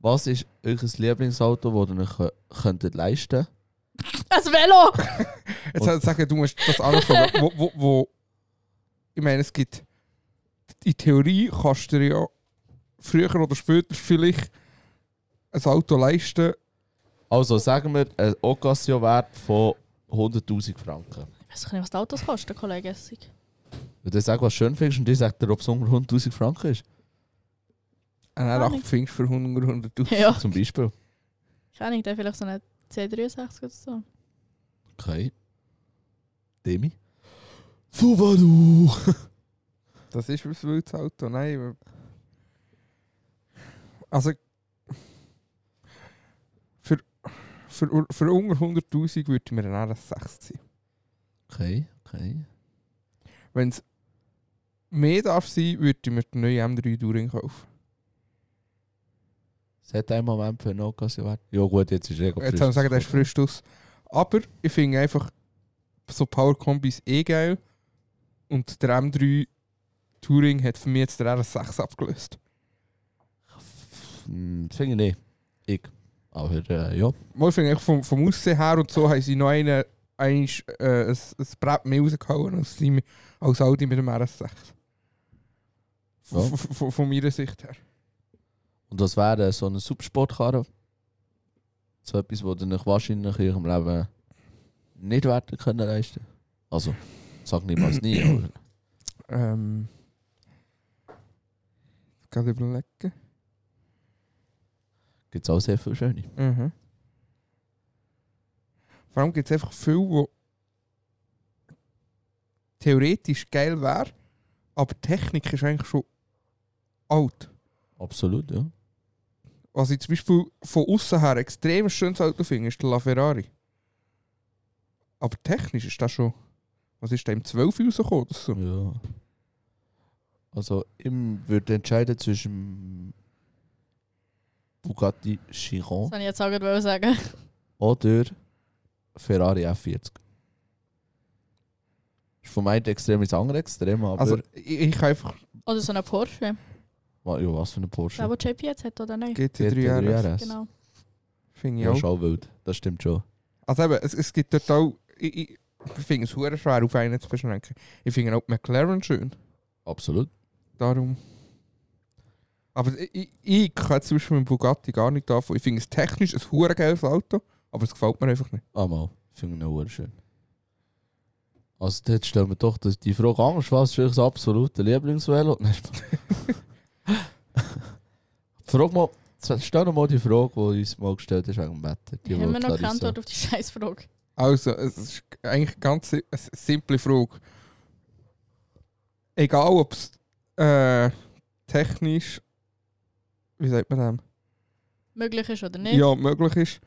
Speaker 2: Was ist euer Lieblingsauto, das ihr euch kö- könntet leisten
Speaker 1: Ein Also, Velo!
Speaker 3: Jetzt
Speaker 2: Und-
Speaker 3: soll ich sagen, du musst das anfangen. wo, wo, wo, ich meine, es gibt. In Theorie kannst du dir ja früher oder später vielleicht ein Auto leisten.
Speaker 2: Also, sagen wir, ein Occasion-Wert von 100.000 Franken.
Speaker 1: Ich weiß nicht, was die Autos kosten, Kollege Essig.
Speaker 2: Wenn du sagst, was du schön findest, und ich sage dir, ob es unter 100.000 Franken ist.
Speaker 3: Einen
Speaker 1: Kann
Speaker 3: R8
Speaker 1: ich.
Speaker 3: findest du für 100 oder 100.000.
Speaker 1: Ja.
Speaker 2: Zum Beispiel.
Speaker 1: Keine Ahnung, der vielleicht so eine C63 oder
Speaker 2: Oh.
Speaker 1: so.
Speaker 2: Okay. Demi? Subaru!
Speaker 3: Das ist ein wildes Auto, nein. aber- Also. Für, für, für unter 100.000 würde ich mir dann auch ein 6 ziehen.
Speaker 2: Okay, okay.
Speaker 3: Wenn es mehr darf sein, würde ich mir den neuen M3 Touring kaufen.
Speaker 2: Es hat einen Moment für eine Occasion wert. Ja gut, jetzt ist eh er gerade
Speaker 3: Jetzt
Speaker 2: frisch
Speaker 3: kann man sagen, der ist
Speaker 2: rausgekommen.
Speaker 3: frisch aus. Aber ich finde einfach so Power-Kombis eh geil. Und der M3 Touring hat für mich jetzt der RS6 abgelöst.
Speaker 2: Hm, Das finde ich nicht. Ich. Aber äh, ja.
Speaker 3: Mal finde ich vom, vom Aussehen her und so haben sie noch einen, einen äh, ein, ein Brett mehr rausgehauen als, die, als Audi mit dem RS6. Von,
Speaker 2: Ja.
Speaker 3: von, von, von meiner Sicht her.
Speaker 2: Und das wäre äh, so eine Subsportkarre. So etwas, was du dich wahrscheinlich in ihrem Leben nicht werden können leisten. Also, sag niemals nie, aber
Speaker 3: Ähm. Gerade überlegen.
Speaker 2: gibt es auch sehr viele schöne.
Speaker 3: Mhm. Vor allem gibt es einfach viel, wo theoretisch geil wäre, aber die Technik ist eigentlich schon alt.
Speaker 2: Absolut, ja.
Speaker 3: Was ich zum Beispiel von außen her extrem schönes Auto finde, ist der LaFerrari. Aber technisch ist das schon. Was ist da im 12 rausgekommen? oder so?
Speaker 2: ja. Also, ich würde entscheiden zwischen dem Bugatti Chiron
Speaker 1: Das wollte ich jetzt auch gerade sagen.
Speaker 2: oder Ferrari F40. Ist vom einen Extrem ins andere Extrem, aber
Speaker 3: Also, ich, ich kann einfach
Speaker 1: Oder so ein Porsche.
Speaker 2: Wa- ja, was für ein
Speaker 1: Ja.
Speaker 2: Porsche.
Speaker 1: Der, wo JP jetzt hat, oder nicht?
Speaker 3: GT3 RS.
Speaker 2: RS.
Speaker 1: Genau.
Speaker 3: Finde ich
Speaker 2: Ja,
Speaker 3: auch.
Speaker 2: ist auch wild. Das stimmt schon.
Speaker 3: Also eben, es, es gibt dort auch, ich, ich- ich finde es hure schwer, auf einen zu beschränken. Ich finde auch die McLaren schön,
Speaker 2: Absolut.
Speaker 3: darum. Aber ich, ich, ich kann zum Beispiel mit dem Bugatti gar nicht davon. Ich finde es technisch ein hure geiles Auto, aber es gefällt mir einfach nicht.
Speaker 2: Einmal. Ah, Finde ich noch sehr schön. Also, jetzt stellen wir doch das- die Frage Angst, was ist euch das absolute Lieblingsvelo? Nein, Spaß. Frag mal, z- stell noch mal die Frage, die uns mal gestellt ist wegen dem Wetter. Die,
Speaker 1: Wir haben
Speaker 2: wo
Speaker 1: wir noch keine
Speaker 2: Clarissa-
Speaker 1: Antwort auf die Scheißfrage.
Speaker 3: Also, es ist eigentlich eine ganz si- eine simple Frage. Egal ob es äh, technisch, wie sagt man dem?
Speaker 1: Möglich ist oder nicht?
Speaker 3: Ja, möglich ist.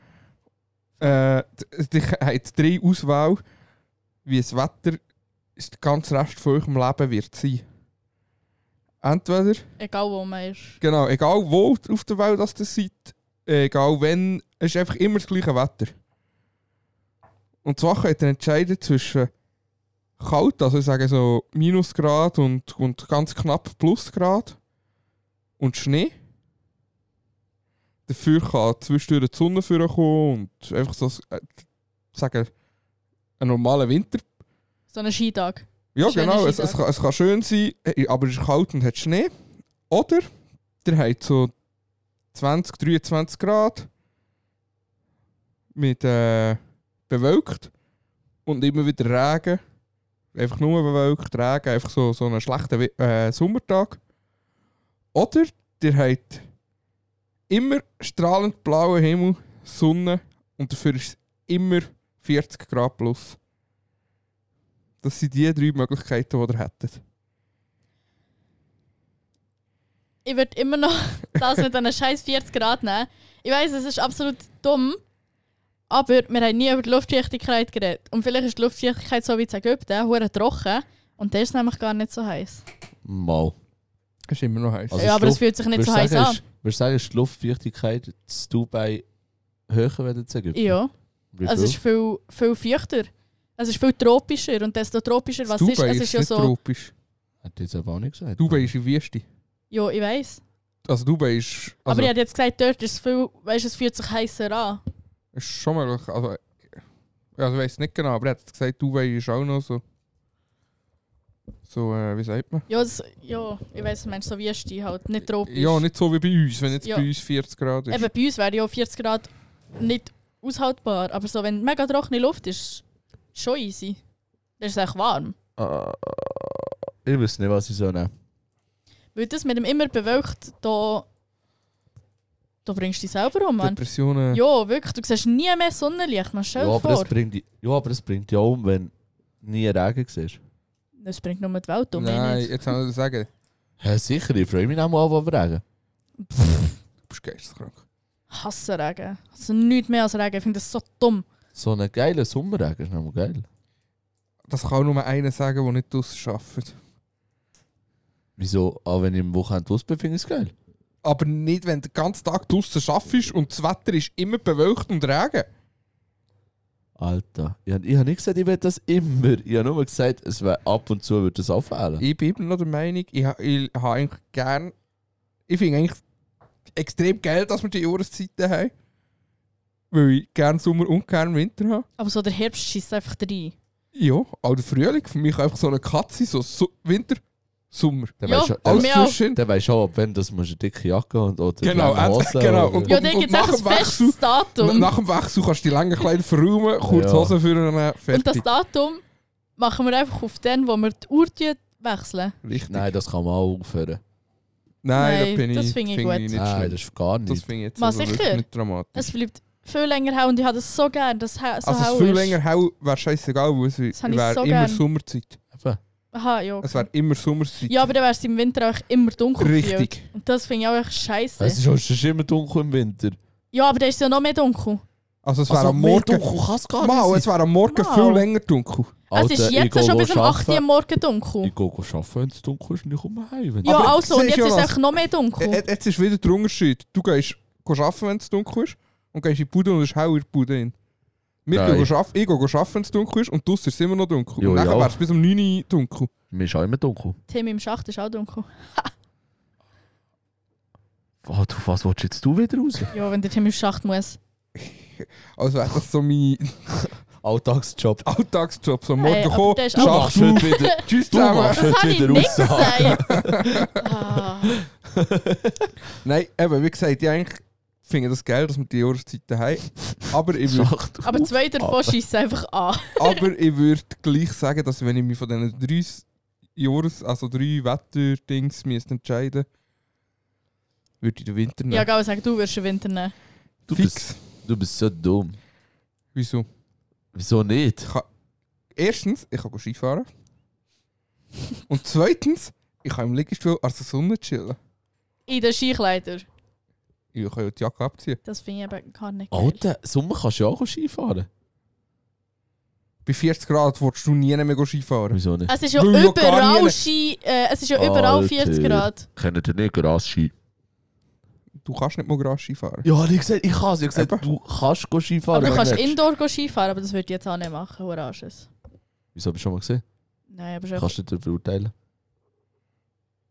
Speaker 3: Äh, ich habe drei Auswahl, wie das Wetter ist der ganze Rest von eurem Leben wird sein. Entweder,
Speaker 1: Egal wo man ist.
Speaker 3: genau, egal wo auf der Welt das ihr seid, egal wenn, es ist einfach immer das gleiche Wetter. Und zwar könnt ihr entscheiden zwischen kalt, also ich sage so Minusgrad und, und ganz knapp Plusgrad und Schnee. Dafür kann zwischendurch die Sonne vorkommen und einfach so äh, sagen, ein normaler Winter.
Speaker 1: So ein Skitag.
Speaker 3: Ja,
Speaker 1: Schöner
Speaker 3: genau. Es,
Speaker 1: Skitag.
Speaker 3: es, kann, es kann schön sein, äh, aber es ist kalt und hat Schnee. Oder der hat so 20, 23 Grad mit äh, bewölkt und immer wieder Regen. Einfach nur bewölkt, Regen, einfach so, so einen schlechten Wi- äh, Sommertag. Oder der hat immer strahlend blauen Himmel, Sonne und dafür ist es immer 40 Grad plus. Das sind die drei Möglichkeiten, die ihr hättet.
Speaker 1: Ich würde immer noch das mit einem scheiß 40 Grad nehmen. Ich weiß, es ist absolut dumm, aber wir haben nie über die Luftfeuchtigkeit geredet. Und vielleicht ist die Luftfeuchtigkeit so wie in Ägypten, hure trocken. Und der ist nämlich gar nicht so heiß.
Speaker 2: Mal.
Speaker 3: Das ist immer noch heiß.
Speaker 2: Also
Speaker 1: ja, aber
Speaker 2: Luft-
Speaker 1: es fühlt sich nicht
Speaker 2: Würdest
Speaker 1: so
Speaker 2: du
Speaker 1: heiß
Speaker 2: sagen,
Speaker 1: an.
Speaker 2: ist- würdest du sagen, ist die Luftfeuchtigkeit zu Dubai höher, wenn du sagst?
Speaker 1: Ja.
Speaker 2: Wie
Speaker 1: Also es ist
Speaker 2: viel?
Speaker 1: viel, viel feuchter. Es ist viel tropischer und desto tropischer was
Speaker 3: Dubai
Speaker 1: ist, es ist, ja
Speaker 3: nicht
Speaker 1: so.
Speaker 3: tropisch.
Speaker 2: Hat jetzt aber auch nicht gesagt.
Speaker 3: Dubai ist eine Wüste.
Speaker 1: Ja, ich weiß.
Speaker 3: Also Dubai ist, also
Speaker 1: aber ich hätte jetzt gesagt, dort ist es viel, weißt, es fühlt sich heißer an.
Speaker 3: ist schon möglich. Also, also ich weiß nicht genau, aber er hat gesagt, Dubai ist auch noch so. So, äh, wie sagt man?
Speaker 1: Ja, das, ja ich weiß, meinst so Wüste halt, nicht tropisch.
Speaker 3: Ja, nicht so wie bei uns, wenn jetzt
Speaker 1: Ja.
Speaker 3: bei uns 40 Grad ist.
Speaker 1: Eben bei uns wäre ja 40 Grad nicht aushaltbar, aber so wenn mega trockene Luft ist, ist schon easy. Dann ist es echt warm.
Speaker 2: Ah, ich weiß nicht, was ich so nehmen
Speaker 1: Weil das mit dem immer bewölkt, da, da bringst du dich selber um, Mann.
Speaker 3: Depressionen.
Speaker 1: Ja, wirklich, du siehst nie mehr Sonnenlicht, man stell
Speaker 2: ja,
Speaker 1: dir
Speaker 2: aber das
Speaker 1: vor.
Speaker 2: bringt, die- ja, aber das bringt ja um, wenn nie Regen siehst.
Speaker 1: Das bringt nur die Welt um, mehr
Speaker 3: Nein,
Speaker 1: nicht.
Speaker 3: jetzt haben wir sagen,
Speaker 2: Ja, sicher, ich freue mich auch mal auf Regen.
Speaker 3: du bist geisteskrank.
Speaker 1: hasse Regen. Also nichts mehr als Regen. Ich finde das so dumm.
Speaker 2: So einen geilen Sommerregen ist nochmal geil.
Speaker 3: Das kann nur einer sagen, der nicht draussen arbeitet.
Speaker 2: Wieso? Auch wenn ich am Wochenende raus bin, finde ich es geil.
Speaker 3: Aber nicht, wenn du den ganzen Tag draussen arbeitest und das Wetter ist immer bewölkt und Regen.
Speaker 2: Alter, ich habe hab nicht gesagt, ich will das immer. Ich habe nur gesagt, es wär, ab und zu würde das auffallen.
Speaker 3: Ich bin immer noch der Meinung, ich, ha- ich habe eigentlich gern. Ich finde eigentlich extrem geil, dass wir die Jahreszeiten haben. Weil ich gern Sommer und gern Winter habe.
Speaker 1: Aber so der Herbst schießt einfach rein.
Speaker 3: Ja, auch der Frühling für mich einfach so eine Katze, so Su- Winter, Sommer.
Speaker 2: Dann
Speaker 1: Ja,
Speaker 2: weisst du-
Speaker 1: bei
Speaker 2: dann-
Speaker 3: Alles
Speaker 1: mir auch.
Speaker 3: zwischen.
Speaker 2: Dann weisst du auch, ab wenn das musst du eine dicke Jacke und oder
Speaker 3: Genau,
Speaker 2: lange
Speaker 3: äh, genau.
Speaker 2: oder-
Speaker 3: Und-
Speaker 1: Ja, dann gibt es
Speaker 3: nach
Speaker 1: einfach
Speaker 3: dem
Speaker 1: ein
Speaker 3: Wechsel-
Speaker 1: festes
Speaker 3: Na-
Speaker 1: Datum.
Speaker 3: Nach dem Wechsel kannst du die langen Kleider verräumen, kurz
Speaker 2: Ja.
Speaker 3: Hosen für einen
Speaker 1: Und
Speaker 3: äh,
Speaker 1: das
Speaker 3: fertig.
Speaker 1: Datum machen wir einfach auf den, wo wir die Uhr tun, wechseln.
Speaker 3: Richtig.
Speaker 2: Nein, das kann man auch aufhören.
Speaker 3: Nein,
Speaker 1: Nein,
Speaker 3: da bin ich,
Speaker 1: das finde ich
Speaker 3: finde
Speaker 1: gut.
Speaker 3: ich nicht
Speaker 2: Nein,
Speaker 3: schlimm.
Speaker 2: das ist gar nicht.
Speaker 3: Das finde ich jetzt
Speaker 1: Mal
Speaker 3: also wirklich
Speaker 1: sicher.
Speaker 3: nicht dramatisch.
Speaker 1: Es bleibt viel länger her und ich habe das so gern. Das so
Speaker 3: also es
Speaker 1: hell
Speaker 3: viel
Speaker 1: ist.
Speaker 3: länger hell wäre scheißegal, weil es
Speaker 1: Das habe ich
Speaker 3: wäre
Speaker 1: so
Speaker 3: immer
Speaker 1: gern.
Speaker 3: Sommerzeit.
Speaker 2: Eben.
Speaker 1: Aha, ja.
Speaker 3: Es
Speaker 1: Okay.
Speaker 3: wäre immer Sommerzeit.
Speaker 1: Ja, aber dann wäre es im Winter auch immer dunkel. gefühlt.
Speaker 3: Richtig.
Speaker 1: Und das finde ich auch echt scheiße.
Speaker 2: Es ist auch schon immer dunkel im Winter.
Speaker 1: Ja, aber dann ist es ja noch mehr dunkel.
Speaker 3: Also es wäre am Morgen...
Speaker 2: kann es gar
Speaker 3: Mal, es wäre am Morgen
Speaker 1: Mal.
Speaker 3: viel länger dunkel.
Speaker 1: es ist jetzt schon bis um 8 Uhr am Morgen dunkel.
Speaker 2: Ich gehe arbeiten, wenn es dunkel ist und ich komme heim. wenn-
Speaker 1: Ja,
Speaker 3: Aber
Speaker 1: also, und
Speaker 3: siehst
Speaker 1: jetzt
Speaker 3: du,
Speaker 1: ist es
Speaker 3: Jonas,
Speaker 1: echt noch mehr
Speaker 3: Ä-
Speaker 1: dunkel.
Speaker 3: ä- Jetzt ist wieder der Unterschied. Du gehst, gehst arbeiten, wenn es dunkel ist, und gehst in die Bude und es ist hell in der Bude. Rein. Wir
Speaker 2: Nein.
Speaker 3: gehen arbeiten, ich gehe arbeiten, wenn es dunkel ist, und draussen ist es immer noch dunkel.
Speaker 2: Ja,
Speaker 3: und nachher
Speaker 2: ja.
Speaker 3: wäre es bis um 9 Uhr dunkel.
Speaker 2: Mir ist auch immer dunkel.
Speaker 1: Tim im Schacht ist auch dunkel.
Speaker 2: Oh, du, was willst jetzt du wieder raus?
Speaker 1: Ja, wenn der Tim im Schacht muss.
Speaker 3: Also wäre das so mein
Speaker 2: Alltagsjob.
Speaker 3: Alltagsjob. So am
Speaker 1: Hey, Äh,
Speaker 3: Morgen
Speaker 1: aber
Speaker 3: kommen,
Speaker 1: der ist
Speaker 2: Du
Speaker 1: Schach-
Speaker 2: machst
Speaker 3: Schacht auf,
Speaker 2: heute wieder,
Speaker 3: tschüss
Speaker 2: du
Speaker 3: zusammen.
Speaker 2: machst
Speaker 1: Das
Speaker 2: heute
Speaker 1: habe ich
Speaker 2: wieder
Speaker 1: nicht
Speaker 2: raus.
Speaker 1: gesagt. ah,
Speaker 3: Nein, eben, wie gesagt, ich eigentlich finde das geil, dass wir die Jahreszeiten haben. Aber ich würde
Speaker 2: Schacht
Speaker 1: aber
Speaker 2: auf.
Speaker 1: zwei davon schießen einfach an.
Speaker 3: aber ich würd gleich sagen, dass wenn ich mich von diesen drei S- Jahres-, also drei Wetterdings müsste entscheiden würde ich den Winter nehmen.
Speaker 1: Ja, gell, sag du wirst den Winter nehmen.
Speaker 2: Du bist,
Speaker 3: Fix.
Speaker 2: du bist so dumm.
Speaker 3: Wieso?
Speaker 2: Wieso nicht?
Speaker 3: Erstens, ich kann Ski fahren. Und zweitens, ich kann im Liegestuhl an der Sonne chillen.
Speaker 1: In den Skikleidern.
Speaker 3: Ich kann ja die Jacke abziehen.
Speaker 1: Das finde ich eben gar nicht geil.
Speaker 2: Alter, Sommer kannst du ja auch Skifahren.
Speaker 3: Bei 40 Grad willst du nie mehr Ski fahren.
Speaker 2: Wieso nicht?
Speaker 1: Es ist ja
Speaker 3: Weil ja gar
Speaker 1: überall
Speaker 3: nie-
Speaker 1: Ski, äh, es ist ja überall
Speaker 2: Alter.
Speaker 1: 40 Grad.
Speaker 2: Kennt ihr nicht Gras Ski?
Speaker 3: Du kannst nicht mal Gras Ski fahren.
Speaker 2: Ja, ich gesagt, ich kann es. Ich gesagt,
Speaker 3: Eben.
Speaker 2: du kannst go Skifahren.
Speaker 1: Aber du
Speaker 2: wenn
Speaker 1: kannst
Speaker 2: willst.
Speaker 1: Indoor go Skifahren, aber das würde ich jetzt auch nicht machen, Oranges.
Speaker 2: Wieso habe ich schon mal gesehen?
Speaker 1: Nein, aber schon.
Speaker 2: Kannst du nicht beurteilen.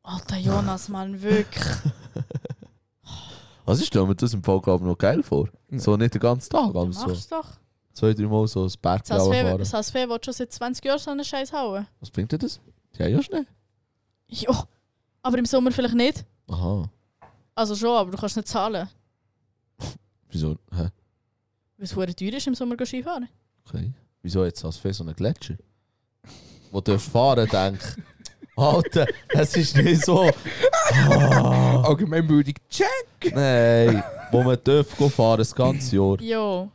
Speaker 1: Alter Jonas, Mann, wirklich.
Speaker 2: Also ich stelle mir das im Fall glaub ich, noch geil vor.
Speaker 3: Nein.
Speaker 2: So nicht den ganzen Tag, aber
Speaker 1: Dann
Speaker 2: so
Speaker 1: mach's doch.
Speaker 2: zwei, drei Mal so ein Berg
Speaker 1: Das Fee-
Speaker 2: fahren.
Speaker 1: das Hasfee will schon seit 20 Jahren so einen Scheiß hauen.
Speaker 2: Was bringt dir das? Ja, ja, schnell.
Speaker 1: Ja, aber im Sommer vielleicht nicht.
Speaker 2: Aha.
Speaker 1: Also schon, aber du kannst nicht zahlen.
Speaker 2: Wieso? Hä?
Speaker 1: Weil es verdammt teuer ist, im Sommer go Skifahren.
Speaker 2: Okay. Wieso jetzt als Fee so einen Gletscher? Wo du fahren denkst. Alter, es ist nicht so. Ah,
Speaker 3: Allgemeinbildung, check!
Speaker 2: nein. Wo man darf go fahren das ganze Jahr.
Speaker 1: Jo,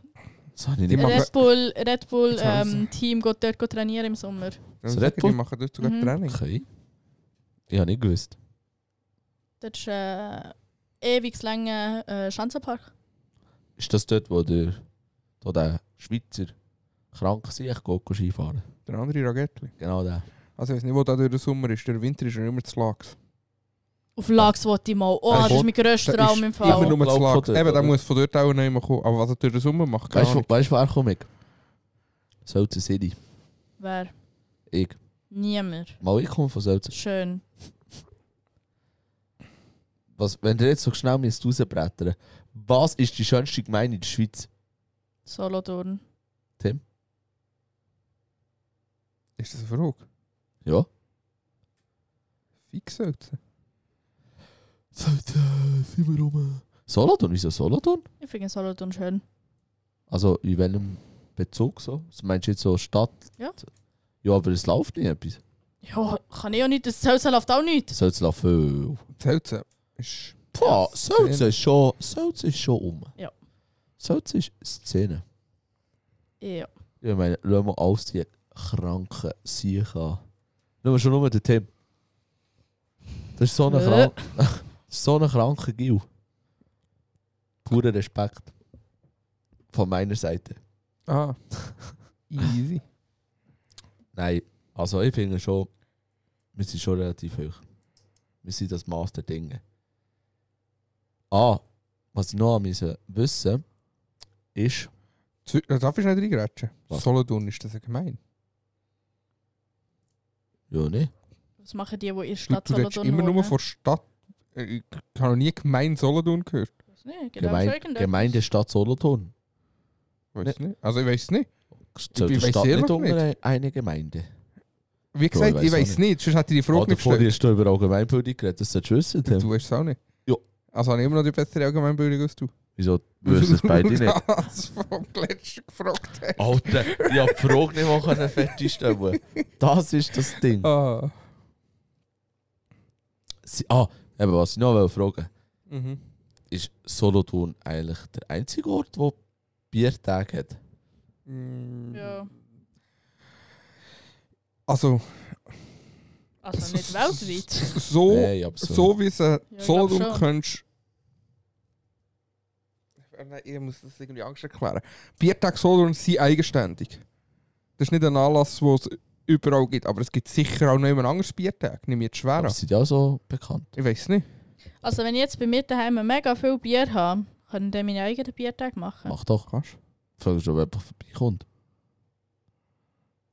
Speaker 2: Das habe ich
Speaker 3: Die
Speaker 2: nicht
Speaker 3: machen-
Speaker 1: Red Bull, Red Bull
Speaker 3: Jetzt haben sie-
Speaker 1: ähm, Team geht dort go trainieren im Sommer.
Speaker 2: Das
Speaker 3: Ja,
Speaker 2: Red
Speaker 3: sicher,
Speaker 2: Bull?
Speaker 3: Die machen dort sogar
Speaker 1: Mhm.
Speaker 3: Training.
Speaker 2: Okay. Ich habe nicht gewusst.
Speaker 1: Dort ist äh, ewig langer äh, Schanzenpark.
Speaker 2: Ist das dort, wo der, wo der Schweizer krank ist? Ich gehe Skifahren.
Speaker 3: Der andere Ragettli.
Speaker 2: Genau der.
Speaker 3: Also ich weiß nicht, wo da durch den Sommer ist. Der Winter ist ja immer zu lax.
Speaker 1: Auf Lachs wollte ich mal. Oh,
Speaker 2: Das
Speaker 1: das ist
Speaker 2: kommt-
Speaker 1: mein grösster
Speaker 3: das
Speaker 1: Traum im
Speaker 3: ist immer
Speaker 1: Fall.
Speaker 3: nur zu
Speaker 2: Glaub, von
Speaker 3: lax.
Speaker 2: dort,
Speaker 3: Eben, der
Speaker 2: oder?
Speaker 3: muss von dort auch nicht mehr kommen. Aber was er durch den Sommer macht, keine
Speaker 2: Weißt du,
Speaker 3: Ahnung.
Speaker 2: weißt, du, wer komme ich? Selten City.
Speaker 1: Wer?
Speaker 2: Ich.
Speaker 1: Niemand.
Speaker 2: Mal ich komme von Selten.
Speaker 1: Schön.
Speaker 2: Was, wenn du jetzt so schnell müsst rausbrettern was ist die schönste Gemeinde in der Schweiz?
Speaker 1: Solothurn.
Speaker 3: Ist das eine Frage?
Speaker 2: Ja.
Speaker 3: Fix sollte.
Speaker 2: Selten, sind wir rum. Solothurn? Wieso Solothurn?
Speaker 1: Ich finde Solothurn schön.
Speaker 2: Also in welchem Bezug so? Also Meinst du jetzt so Stadt?
Speaker 1: Ja.
Speaker 2: Ja, aber es läuft nicht etwas.
Speaker 1: Ja, kann ich ja nicht. Das Zelsen läuft auch nicht.
Speaker 2: Selten läuft viel.
Speaker 3: Selten. Ist...
Speaker 2: Boah,
Speaker 3: Ja,
Speaker 2: Selzen
Speaker 3: Szene.
Speaker 2: ist schon, Selzen ist schon um.
Speaker 1: Ja.
Speaker 2: Selzen ist Szene.
Speaker 1: Ja.
Speaker 2: Ich meine, schauen wir alles die kranken Sieg an. Schauen wir schon nur den Tim. Das ist so ein
Speaker 1: Äh.
Speaker 2: krank, das ist so ein kranker Gil. purer Respekt von meiner Seite.
Speaker 3: Ah. Easy.
Speaker 2: Nein, also ich finde schon, wir sind schon relativ hoch. Wir sind das Maß der Dinge. Ah, was ich noch müssen wissen ist,
Speaker 3: Zü- äh, Darf ich nicht reingrätschen?
Speaker 2: Was?
Speaker 3: Solothurn ist das ja gemein.
Speaker 2: ja ne,
Speaker 1: Was machen die, die in der
Speaker 3: Du,
Speaker 1: Stadt
Speaker 3: du redest immer nur von Stadt. Äh, Ich habe noch nie gemein Solothurn gehört.
Speaker 1: Nee, genau so
Speaker 2: Gemeinde,
Speaker 1: irgendetwas.
Speaker 2: Gemeinde Stadt Solothurn.
Speaker 3: Weiß nicht. Also ich weiß es nicht.
Speaker 2: Zählt
Speaker 3: Ich
Speaker 2: die
Speaker 3: weiss
Speaker 2: Stadt
Speaker 3: ehrlich
Speaker 2: nicht unter eine-
Speaker 3: nicht.
Speaker 2: eine Gemeinde?
Speaker 3: Wie gesagt,
Speaker 2: ich
Speaker 3: ich
Speaker 2: weiss
Speaker 3: weiß
Speaker 2: auch
Speaker 3: es nicht. Sonst hätte ich die Frage
Speaker 2: Ah,
Speaker 3: nicht
Speaker 2: davor
Speaker 3: gestellt.
Speaker 2: hast du über Allgemeinbildung geredet, das solltest du wissen. Tim.
Speaker 3: Du weißt es auch nicht.
Speaker 2: Ja.
Speaker 3: Also habe ich immer noch die bessere Allgemeinbildung als du.
Speaker 2: Wieso wissen es beide nicht?
Speaker 3: Das vom letzten gefragt hast.
Speaker 2: Alter, ich habe die Frage nicht mal können fertigstellen Das ist das Ding.
Speaker 3: Ah.
Speaker 2: Sie- Ah, eben, was ich noch fragen wollte.
Speaker 3: Mhm.
Speaker 2: ist Solothurn eigentlich der einzige Ort, wo Biertag hat.
Speaker 3: Mm.
Speaker 1: Ja,
Speaker 3: Also,
Speaker 1: also nicht weltweit.
Speaker 3: so,
Speaker 2: Nein, aber so.
Speaker 3: so wie es ein
Speaker 1: ich glaub
Speaker 3: Solothurn
Speaker 1: schon.
Speaker 3: könntest. Äh, nein, Ich muss das irgendwie Angst erklären. Biertag Solothurn sind eigenständig. Das ist nicht ein Anlass, wo es überall gibt, aber es gibt sicher auch noch jemand anderes Biertag. Nimm jetzt schwer
Speaker 2: Aber
Speaker 3: an.
Speaker 2: sie sind ja auch so bekannt.
Speaker 3: Ich weiß nicht.
Speaker 1: Also wenn ich jetzt bei mir daheim mega viel Bier habe, können dann meine eigenen Biertag machen.
Speaker 2: Mach doch.
Speaker 3: Kannst
Speaker 2: Fragst du, ob jemand vorbeikommt.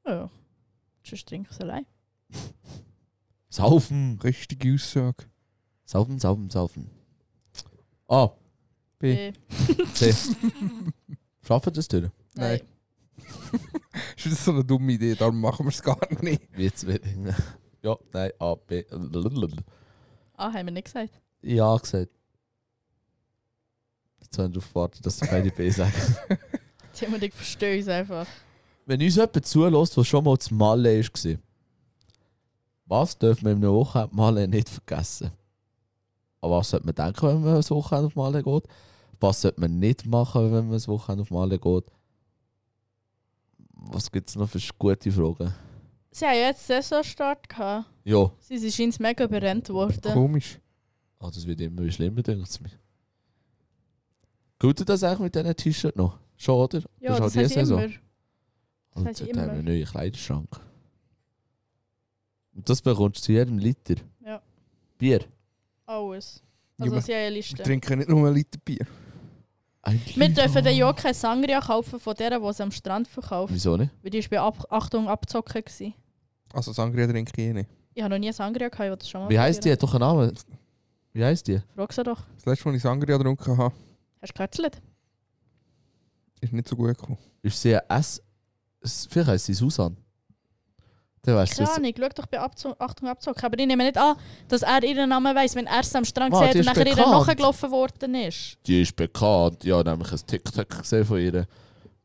Speaker 1: Ja. Sonst trinke ich es allein.
Speaker 2: Saufen!
Speaker 3: Richtige Aussage.
Speaker 2: Saufen, saufen, saufen. Ah,
Speaker 3: B.
Speaker 1: Äh,
Speaker 2: C. Schaffen das durch?
Speaker 3: Nein. Ist das so eine dumme Idee, darum machen wir es gar nicht.
Speaker 2: Jetzt wird Ja, nein, A, B.
Speaker 1: Ah, haben wir nicht gesagt.
Speaker 2: Ja, gesagt. Jetzt wollen wir darauf warten, dass du keine B sagst.
Speaker 1: Tim und ich verstehen uns einfach.
Speaker 2: Wenn uns jemand zulässt, der schon mal zu Malle war, was dürfen wir in einem Wochenende Malle nicht vergessen? An was sollte man denken, wenn man ein Wochenende auf Malle geht? Was sollte man nicht machen, wenn man ein Wochenende auf Malle geht? Was gibt es noch für gute Fragen?
Speaker 1: Sie haben ja jetzt Saisonstart gehabt.
Speaker 2: Ja,
Speaker 1: Sie sind scheinbar mega überrannt worden.
Speaker 3: Komisch.
Speaker 2: ah, das wird immer schlimmer, denkt es mir. Gilt das eigentlich mit diesen T-Shirt noch? Schon, oder?
Speaker 1: Ja,
Speaker 2: ist auch
Speaker 1: das
Speaker 2: die
Speaker 1: haben sie
Speaker 2: Saison.
Speaker 1: immer.
Speaker 2: Und
Speaker 1: Das
Speaker 2: jetzt
Speaker 1: weiß ich
Speaker 2: haben wir
Speaker 1: immer.
Speaker 2: einen neuen Kleiderschrank. Und das bekommst du zu jedem Liter.
Speaker 1: Ja.
Speaker 2: Bier.
Speaker 1: Alles.
Speaker 3: Ja,
Speaker 1: Also
Speaker 3: aber
Speaker 1: sie haben eine
Speaker 3: Wir
Speaker 1: Liste.
Speaker 3: trinken nicht nur einen Liter Bier.
Speaker 2: Ein
Speaker 1: Wir dürfen dann ja auch keine Sangria kaufen von der, die sie am Strand verkauft.
Speaker 2: Wieso nicht?
Speaker 1: Weil die war bei Ab Achtung abzocken. Gewesen.
Speaker 3: Also Sangria trinke ich eh nicht.
Speaker 1: Ich habe noch nie eine Sangria gehabt, ich will das schon mal
Speaker 2: Wie heisst die? Hat doch einen Namen. Wie heisst die?
Speaker 1: Frag sie doch.
Speaker 3: Das letzte Mal, als ich Sangria getrunken habe,
Speaker 1: Hast du gerätselt?
Speaker 3: ist nicht so gut gekommen.
Speaker 2: Ist sie ein S? S- Vielleicht heisst sie Susan. Dann weißt du
Speaker 1: Keine
Speaker 2: es.
Speaker 1: Ahnung, schau doch bei Abzo Achtung abzocken. Aber ich nehme nicht an, dass er ihren Namen weiss, wenn er es am Strand
Speaker 2: Ah,
Speaker 1: sieht
Speaker 2: die
Speaker 1: und
Speaker 2: ist
Speaker 1: nachher ihr
Speaker 2: bekannt.
Speaker 1: nachgelaufen worden ist.
Speaker 2: Die ist bekannt. Ja, nämlich ein TikTok gesehen von ihr.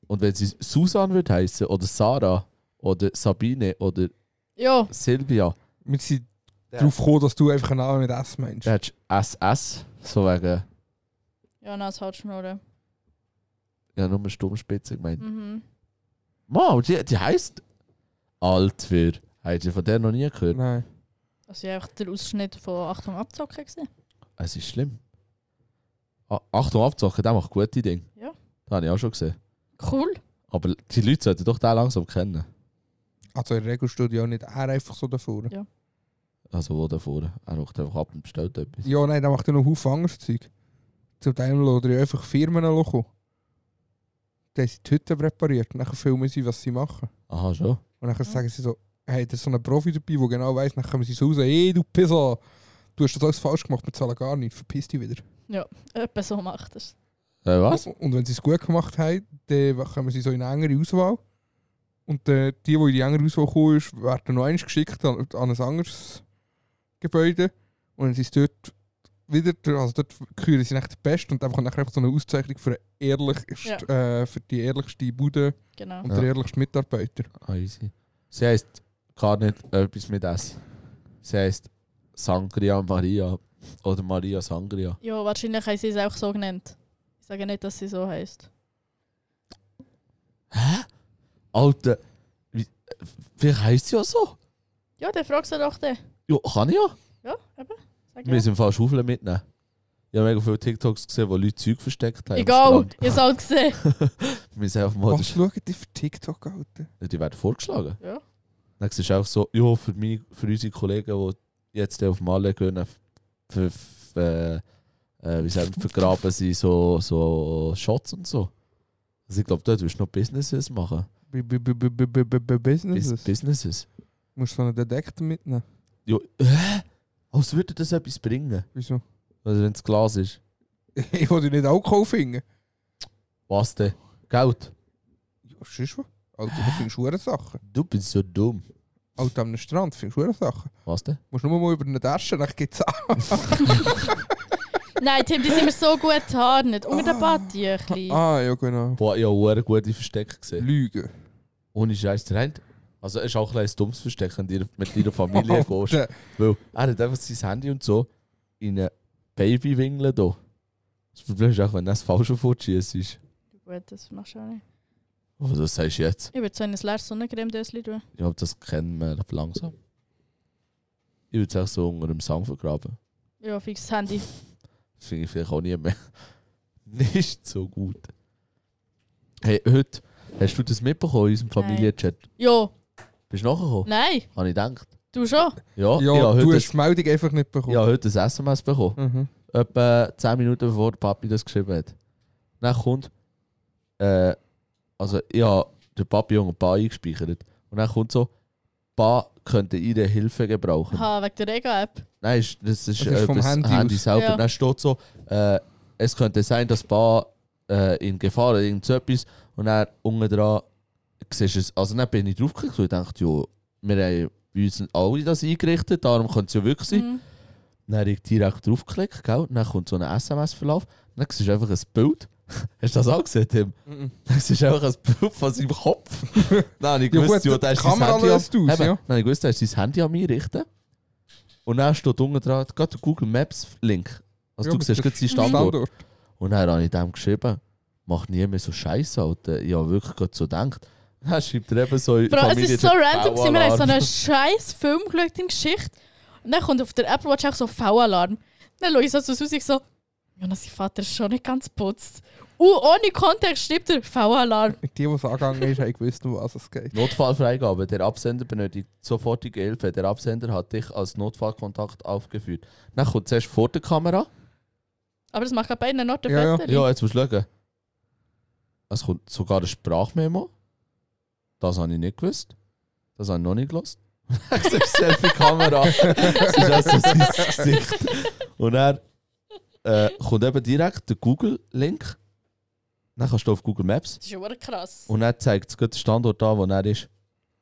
Speaker 2: Und wenn sie Susan würde heißen oder Sarah oder Sabine oder
Speaker 1: Ja,
Speaker 2: Silvia,
Speaker 3: Wir sind
Speaker 2: Ja.
Speaker 3: drauf gekommen, dass du einfach einen Namen mit S meinst.
Speaker 2: dann hättest du SS. So wegen,
Speaker 1: ja, nein, das hat Schnurren.
Speaker 2: ja, nur Stummspitze gemeint.
Speaker 1: Mhm.
Speaker 2: Wow, die, die heisst Altwehr. Habt ihr von der noch nie gehört?
Speaker 3: Nein.
Speaker 1: Also ich habe einfach den Ausschnitt von Achtung abzocken gesehen.
Speaker 2: Es ist schlimm. Ah, Achtung, abzocken, der macht gute Dinge.
Speaker 1: Ja.
Speaker 2: Das habe ich auch schon gesehen.
Speaker 1: Cool.
Speaker 2: Aber die Leute sollten doch den langsam kennen.
Speaker 3: Also in der Regel steht ja nicht er einfach so davor.
Speaker 1: Ja.
Speaker 2: Also wo da vorne. Er macht einfach ab und bestellt etwas.
Speaker 3: Ja, nein, der macht ja noch Haufen anderes Zeug. Zum Teil oder ja einfach Firmen kommen. Die haben sie die Hütte präpariert und dann filmen sie, was sie machen.
Speaker 2: Aha, schon.
Speaker 3: Und dann
Speaker 1: Mhm.
Speaker 3: sagen sie so, hey, da ist so ein Profi dabei, der genau weiss, dann kommen sie so raus, ey, du Pisser, du hast das alles falsch gemacht, wir zahlen gar nicht, verpiss dich wieder.
Speaker 1: Etwa so macht er es.
Speaker 2: Äh, was?
Speaker 3: Und wenn sie es gut gemacht haben, dann kommen sie so in eine engere Auswahl. Und äh, die, die in die engere Auswahl kommen, ist, werden noch eins geschickt an, an ein anderes Gebäude. Und wenn sie es dort wieder, also dort küren sie nach den Besten und dann kommt nachher einfach so eine Auszeichnung für, den ehrlichst, äh, für die ehrlichste Bude
Speaker 1: Genau.
Speaker 3: und
Speaker 2: Ja.
Speaker 3: den ehrlichsten Mitarbeiter.
Speaker 2: Ah, easy. Sie heisst gar nicht etwas mit S. Sie heisst Sangria Maria. Oder Maria Sangria.
Speaker 1: Ja, wahrscheinlich haben sie es auch so genannt. Ich sage nicht, dass sie so heisst.
Speaker 2: Alter, wie, äh, vielleicht heisst sie ja so.
Speaker 1: Ja, dann fragst du doch den.
Speaker 2: Ja, kann ich ja.
Speaker 1: Ja, eben. Sag
Speaker 2: Wir
Speaker 1: ja.
Speaker 2: müssen im Fall Schaufeln mitnehmen. Ich habe mega viele TikToks gesehen, wo Leute Zeug versteckt
Speaker 3: halt
Speaker 2: haben. am
Speaker 1: Egal,
Speaker 2: Strand.
Speaker 1: ihr habt es gesehen.
Speaker 2: Wir sind einfach mal.
Speaker 3: Was schaut die für TikTok, Alter?
Speaker 2: Die werden vorgeschlagen.
Speaker 1: Ja.
Speaker 2: Dann siehst du auch so, ja, für, meine, für unsere Kollegen, die jetzt auf Malle gehen, f- f- f- äh, äh, wie sagen, vergraben sie so, so Shots und so. Also ich glaube, dort willst du noch Businesses machen.
Speaker 3: B -b -b -b -b -b -b
Speaker 2: Bus
Speaker 3: Businesses?
Speaker 2: Businesses.
Speaker 3: Musst du so einen Detektor mitnehmen?
Speaker 2: Ja, äh, als würde das etwas bringen.
Speaker 3: Wieso?
Speaker 2: Also wenn es Glas ist.
Speaker 3: ich wollte nicht Alkohol finden.
Speaker 2: Was denn? Geld?
Speaker 3: Ja, sonst was? Alter, du findest hure Sachen.
Speaker 2: Du bist so dumm.
Speaker 3: Alter, am Strand findest du hure Sachen.
Speaker 2: Was denn?
Speaker 3: Musst nur mal über eine Tasche, dann gibt's ab.
Speaker 1: Nein, Tim, die sind mir so gut getan. Nicht unter den Badtüchli.
Speaker 3: Ah, ja genau.
Speaker 2: Boah, ich habe eine gute Verstecke gesehen.
Speaker 3: Lügen.
Speaker 2: Ohne Scheiß der eine- Also er ist auch ein kleines dummes Versteck, wenn du mit deiner Familie gehst.
Speaker 3: Alter.
Speaker 2: Weil er hat einfach sein Handy und so in eine Babywingle da. Das Problem ist auch, wenn das falsch auf Futschieß ist.
Speaker 1: Gut, das machst du auch nicht.
Speaker 2: Aber das Also, sagst du jetzt.
Speaker 1: Ich würde so ein leeres Sonnencreme-Döschen tun.
Speaker 2: Ich glaube, das kennen wir langsam. Ich würde es auch so unter dem Song vergraben.
Speaker 1: Ja, fix das Handy.
Speaker 2: Das finde ich vielleicht auch nie mehr. Nicht so gut. Hey, heute, hast du das mitbekommen in unserem
Speaker 1: Nein.
Speaker 2: Familienchat?
Speaker 1: Ja,
Speaker 2: Bist du nachgekommen?
Speaker 1: nein,
Speaker 2: Habe ich gedacht.
Speaker 1: du schon.
Speaker 2: Ja, Oh, ich
Speaker 3: Ja,
Speaker 2: habe
Speaker 3: du
Speaker 2: heute,
Speaker 3: hast die Meldung einfach nicht
Speaker 2: ein- ich
Speaker 3: bekommen.
Speaker 2: habe heute ein SMS bekommen.
Speaker 3: Mhm.
Speaker 2: etwa 10 Minuten bevor der Papi das geschrieben hat. Dann kommt, äh, also ich habe den Papi Junge Pa eingespeichert. Und dann kommt so, Pa könnte ihre Hilfe gebrauchen.
Speaker 1: Aha, wegen der Rega-App.
Speaker 2: Nein, ist- das ist,
Speaker 3: Das ist
Speaker 2: äh,
Speaker 3: vom
Speaker 2: das
Speaker 3: Handy aus.
Speaker 2: selber.
Speaker 1: Ja.
Speaker 2: Dann steht so, äh, es könnte sein, dass Pa äh, in Gefahr oder irgend so etwas. Und dann unten dran siehst du es. Also dann bin ich draufgeklickt und dachte, ja, wir haben bei uns alle das eingerichtet, darum könnte es ja wirklich sein.
Speaker 1: Mhm.
Speaker 2: Dann habe ich direkt draufgeklickt, gell? Dann kommt so ein SMS-Verlauf. Dann siehst du einfach ein Bild. Hast du das auch gesehen, Tim?
Speaker 3: Mhm.
Speaker 2: Dann siehst du einfach ein Bild von seinem Kopf. Dann habe ich
Speaker 3: Ja,
Speaker 2: gewusst,
Speaker 3: gut,
Speaker 2: ja, da ist
Speaker 3: die Kamera löst
Speaker 2: am,
Speaker 3: aus,
Speaker 2: Eben,
Speaker 3: ja.
Speaker 2: Dann habe ich gewusst, da ist dein Handy an mir richten. Und dann steht unten dran, gerade der Google Maps-Link. Also
Speaker 3: Ja,
Speaker 2: du
Speaker 3: mit
Speaker 2: siehst
Speaker 3: der
Speaker 2: gerade seinen Standort.
Speaker 3: Standort.
Speaker 2: Und dann habe ich dem geschrieben, mach nie mehr so Scheiße, Alter. Ich habe wirklich gerade so gedacht. Dann schreibt er eben so...
Speaker 1: Bro, es
Speaker 2: Familie-
Speaker 1: ist so random. gewesen. Wir haben so
Speaker 2: Baualarm.
Speaker 1: einen scheiß Film geschaut in Geschichte. Und dann kommt auf der Apple Watch auch so V-Alarm. Dann schaue ich so zu Hause ich so, Jonas, sein Vater ist schon nicht ganz putzt. Uh, ohne Kontext schreibt er V-Alarm.
Speaker 3: Die, die es angegangen ist, haben gewusst, um was es geht.
Speaker 2: Notfallfreigabe. Der Absender benötigt sofortige Hilfe. Der Absender hat dich als Notfallkontakt aufgeführt. Dann kommt zuerst vor der Kamera.
Speaker 1: Aber das macht bei einem Noten
Speaker 3: Ja, ja.
Speaker 1: Väterli.
Speaker 2: Ja, jetzt musst du schauen. Es kommt sogar eine Sprachmemo. Das habe ich nicht gewusst. Das habe ich noch nicht gelesen. Das ist Selfie-Kamera. das ist also sein Gesicht. Und er äh, kommt eben direkt der Google-Link. Dann kannst du auf Google Maps.
Speaker 1: Das ist ja wirklich krass.
Speaker 2: Und dann zeigt es gerade den Standort an, wo er ist.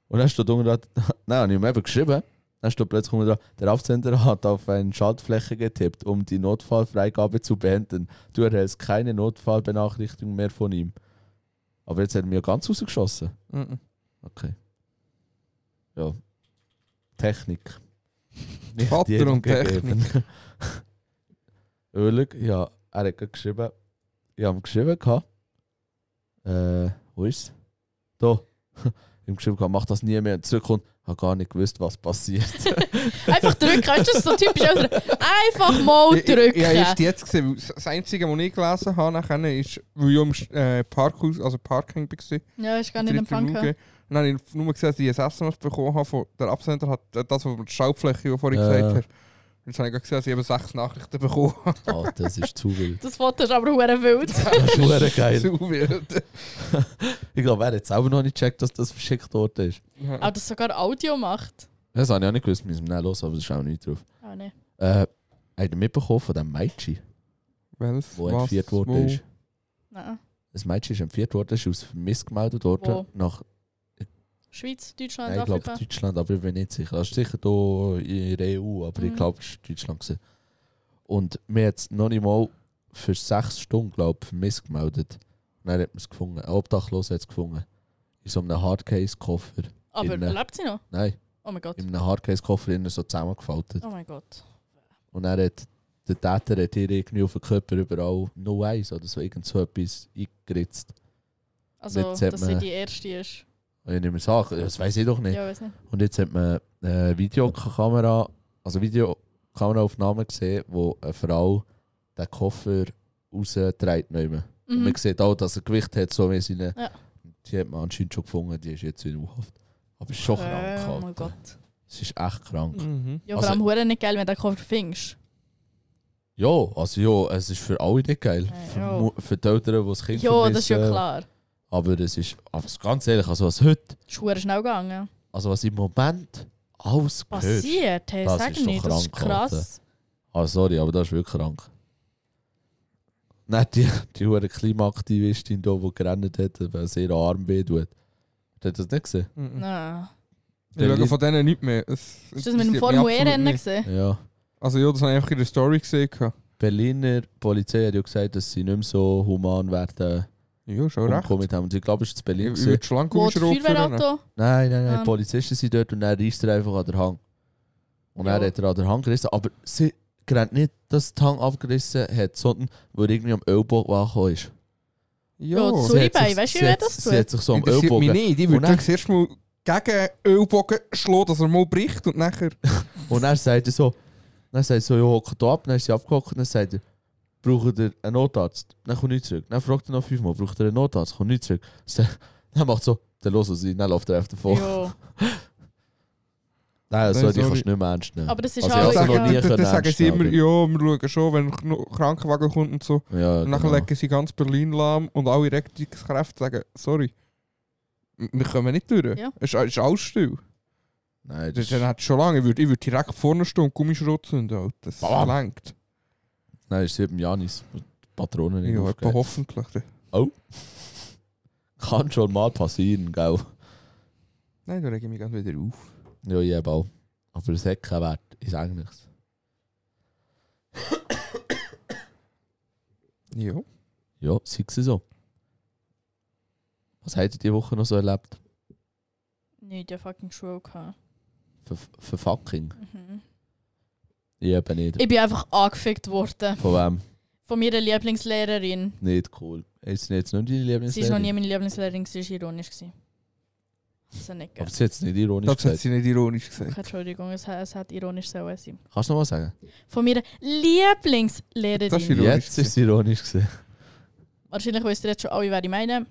Speaker 2: Und dann steht unten dran, nein, habe ich ihm eben geschrieben. Dann steht plötzlich unten dran, der Absender hat auf eine Schaltfläche getippt, um die Notfallfreigabe zu beenden. Du erhältst keine Notfallbenachrichtigung mehr von ihm. Aber jetzt hat er mir ganz rausgeschossen.
Speaker 3: Mhm.
Speaker 2: Okay. Ja. Technik.
Speaker 3: Vater
Speaker 2: jedem
Speaker 3: und
Speaker 2: gegeben. Ölig, ja, er hat gerade geschrieben. Ich habe ihm geschrieben. gehabt. Äh, wo ist es? Da. Ich habe geschrieben, gehabt, mach das nie mehr. Und zurückkommt, habe gar nicht gewusst, was passiert.
Speaker 1: Einfach drücken, weißt du, das ist so typisch Eltern. Einfach mal
Speaker 3: Ich, ich,
Speaker 1: drücken.
Speaker 3: ich habe erst jetzt gesehen, weil das Einzige, was ich gelesen habe, nachher ist, weil ich am äh, Parkhaus, also Parking war.
Speaker 1: Ja, ich kann
Speaker 3: Dritte
Speaker 1: nicht empfangen.
Speaker 3: Minute.
Speaker 1: können.
Speaker 3: Und dann habe ich nur gesehen, dass ich ein SMS bekommen habe. Von der Absender hat äh, das, was die Schaufläche, die du vorhin
Speaker 2: Ja, ja.
Speaker 3: gesagt hast. Jetzt habe ich gerade gesehen, dass ich eben sechs Nachrichten bekommen habe.
Speaker 2: Ah, das ist zu wild.
Speaker 1: Das Foto ist aber hure wild.
Speaker 2: Das ist hure geil.
Speaker 3: Zu wild.
Speaker 2: Ich glaube, er hat selber noch nicht gecheckt, dass das verschickt worden ist.
Speaker 1: Aber das sogar Audio macht.
Speaker 2: Das habe ich auch nicht gewusst, müssen wir nicht los, aber das ist auch nicht drauf.
Speaker 1: Oh, nee.
Speaker 2: Äh, habt ihr mitbekommen von dem Maichi,
Speaker 3: Wels,
Speaker 2: wo
Speaker 3: was,
Speaker 2: entführt
Speaker 3: wo?
Speaker 2: worden ist?
Speaker 1: Nein.
Speaker 2: Das Mädchen ist entführt worden, ist aus Vermisst gemeldet worden.
Speaker 1: Wo?
Speaker 2: Nach,
Speaker 1: Schweiz, Deutschland,
Speaker 2: nein, ich glaube
Speaker 1: Afrika.
Speaker 2: Deutschland, aber ich bin nicht sicher. Das ist sicher hier in der EU, aber ich
Speaker 1: Mhm.
Speaker 2: glaube, es war Deutschland. Gewesen. Und wir haben es noch nicht mal für sechs Stunden, glaube ich, vermisst gemeldet. Und dann hat man es gefunden. Ein Obdachloser hat es gefunden. In so einem Hardcase-Koffer.
Speaker 1: aber
Speaker 2: innen.
Speaker 1: lebt sie noch?
Speaker 2: Nein,
Speaker 1: Oh mein Gott.
Speaker 2: in einem Hardcase-Koffer innen so zusammengefaltet.
Speaker 1: Oh mein Gott.
Speaker 2: Und er hat, der Täter hat ihr irgendwie auf den Körper überall No Eis oder so irgend so etwas eingeritzt.
Speaker 1: Also,
Speaker 2: Jetzt hat
Speaker 1: dass
Speaker 2: man-
Speaker 1: sie die erste ist.
Speaker 2: Und ich nehme es an, das weiß ich doch nicht.
Speaker 1: Ja, weiß nicht.
Speaker 2: Und jetzt hat man eine Videokamera, also Videokameraaufnahmen gesehen, wo eine Frau den Koffer rausgetragen nehmen. Und
Speaker 1: Mhm.
Speaker 2: man sieht auch, dass er Gewicht hat, so wie seine.
Speaker 1: Ja.
Speaker 2: Die hat man anscheinend schon gefunden, die ist jetzt in U-Haft. Aber es ist schon krank.
Speaker 1: Oh
Speaker 2: Alter.
Speaker 1: mein Gott.
Speaker 2: Es ist echt krank.
Speaker 3: Mhm.
Speaker 1: Ja,
Speaker 2: Also-
Speaker 1: vor allem hure nicht geil, wenn du den Koffer findest.
Speaker 2: Ja, also ja, es ist für alle nicht geil.
Speaker 1: Äh,
Speaker 2: für,
Speaker 1: ja.
Speaker 2: Mu- für die Eltern, die das Kind
Speaker 1: Ja, das ist ja
Speaker 2: vermissen.
Speaker 1: klar.
Speaker 2: Aber es ist, aber es- ganz ehrlich, also was heute,
Speaker 1: Das ist hure schnell gegangen.
Speaker 2: also was im Moment alles gehört.
Speaker 1: Passiert, hey,
Speaker 2: Das
Speaker 1: sag
Speaker 2: ist doch
Speaker 1: nicht, das ist
Speaker 2: krank, Alter.
Speaker 1: krass.
Speaker 2: Ah, sorry, aber das ist wirklich krank. Nein, die, die hure Klimaaktivistin da, die gerannt hat, weil sie ihr Arm wehtut. Hat ihr das nicht gesehen?
Speaker 3: Mhm.
Speaker 1: Nein.
Speaker 3: Ich schaue von denen nicht mehr. Es
Speaker 1: Ist das mit dem
Speaker 3: interessiert mich
Speaker 1: Formel
Speaker 3: absolut
Speaker 1: E-Rennen
Speaker 3: nicht.
Speaker 1: gesehen?
Speaker 2: Ja.
Speaker 3: Also ja, das habe ich einfach in der Story gesehen. gehabt.
Speaker 2: Berliner Polizei hat ja gesagt, dass sie nicht mehr so human werden
Speaker 3: Ja, schon recht.
Speaker 2: umgekommen haben. Und ich glaube, es war in
Speaker 3: Ich
Speaker 2: Berlin.
Speaker 3: ich
Speaker 2: gewesen.
Speaker 3: würde schlank
Speaker 1: Wo
Speaker 3: um
Speaker 1: das
Speaker 3: Schrot führen.
Speaker 1: Feuerwehrauto?
Speaker 2: Nein, nein, nein.
Speaker 1: Ähm.
Speaker 2: Die Polizisten sind dort und dann reißt er einfach an der Hang. Und
Speaker 1: Ja.
Speaker 2: dann hat er an der Hang gerissen. Aber sie rennt nicht, dass die Hang abgerissen hat, sondern weil er irgendwie am Ellbogen angekommen ist.
Speaker 1: Ja,
Speaker 3: Ja,
Speaker 1: Sorry,
Speaker 2: Sie hat
Speaker 1: Bei,
Speaker 2: sich-
Speaker 1: weißt du,
Speaker 2: sie
Speaker 1: wie
Speaker 2: hat-
Speaker 1: das
Speaker 2: Sie
Speaker 1: tut?
Speaker 2: hat sich so am
Speaker 3: interessiert mich
Speaker 2: Ellbogen.
Speaker 3: nicht. Ich
Speaker 2: Und
Speaker 3: würde
Speaker 2: dann-
Speaker 3: das erst mal gegen Ölbogen schlagen, dass er mal bricht und nachher...
Speaker 2: Und dann sagt er so, dann sagt er so, ja, hock da ab. Dann ist sie abgehockt und dann sagt er, braucht ihr einen Notarzt? Dann kommt nicht zurück. Dann fragt er noch fünfmal, braucht ihr einen Notarzt? Kommt nicht zurück. Dann macht er so, dann los sie, dann läuft er einfach davon.
Speaker 1: Ja.
Speaker 2: Nein, also,
Speaker 3: Nein,
Speaker 2: die kannst
Speaker 3: sorry.
Speaker 2: du nicht mehr ernst nehmen.
Speaker 1: Aber das ist
Speaker 2: Also,
Speaker 1: auch
Speaker 2: ich hab's
Speaker 1: egal.
Speaker 2: noch nie
Speaker 3: Dann
Speaker 2: können
Speaker 3: sagen
Speaker 2: ernst
Speaker 3: sie immer,
Speaker 2: nehmen,
Speaker 3: ja, wir schauen schon, wenn ein Krankenwagen kommt und so.
Speaker 2: aber- Ja,
Speaker 3: Und nachher
Speaker 2: genau.
Speaker 3: legen sie ganz Berlin lahm und alle Rettungskräfte sagen, sorry, m- wir kommen nicht durch.
Speaker 1: Ja.
Speaker 3: Es ist, es ist alles still.
Speaker 2: Nein, das
Speaker 3: Das,
Speaker 2: ist-
Speaker 3: dann hat schon lange, ich würde ich würd direkt vorne stehen und Gummischrot zünden. Alter. Das
Speaker 2: Bam.
Speaker 3: langt.
Speaker 2: Nein, ist eben Janis. Die Patronen nicht
Speaker 3: Ja, etwa
Speaker 2: aufgeben.
Speaker 3: hoffentlich.
Speaker 2: Kann schon mal passieren, gell?
Speaker 3: Nein, da rege ich mich ganz wieder auf.
Speaker 2: Ja, ich eben auch. Aber es hat keinen Wert, ist eigentlich.
Speaker 3: Ja.
Speaker 2: Ja, sei es so. Was habt ihr diese Woche noch so erlebt?
Speaker 1: Nicht, ich hab fucking Schule gehabt.
Speaker 2: Für, für fucking?
Speaker 1: Mhm.
Speaker 2: Ich eben nicht.
Speaker 1: Ich bin einfach angefickt worden.
Speaker 2: Von wem?
Speaker 1: Von meiner Lieblingslehrerin.
Speaker 2: Nicht cool. Ist sie jetzt nicht deine
Speaker 1: Sie war noch nie
Speaker 2: Lieblingslehrerin?
Speaker 1: meine Lieblingslehrerin, sie war ironisch. gewesen. Das ist nicht geil.
Speaker 2: Aber sie hat es nicht ironisch
Speaker 3: Das hat
Speaker 2: gesagt.
Speaker 3: sie nicht ironisch gesagt.
Speaker 1: Entschuldigung, es, hat- es hat ironisch sollen sein.
Speaker 2: Kannst du noch mal sagen?
Speaker 1: Von meiner Lieblingslehrerin.
Speaker 3: Das ist ironisch
Speaker 2: Jetzt ist es ironisch gesehen.
Speaker 1: Wahrscheinlich wisst ihr jetzt schon alle, wer ich meine.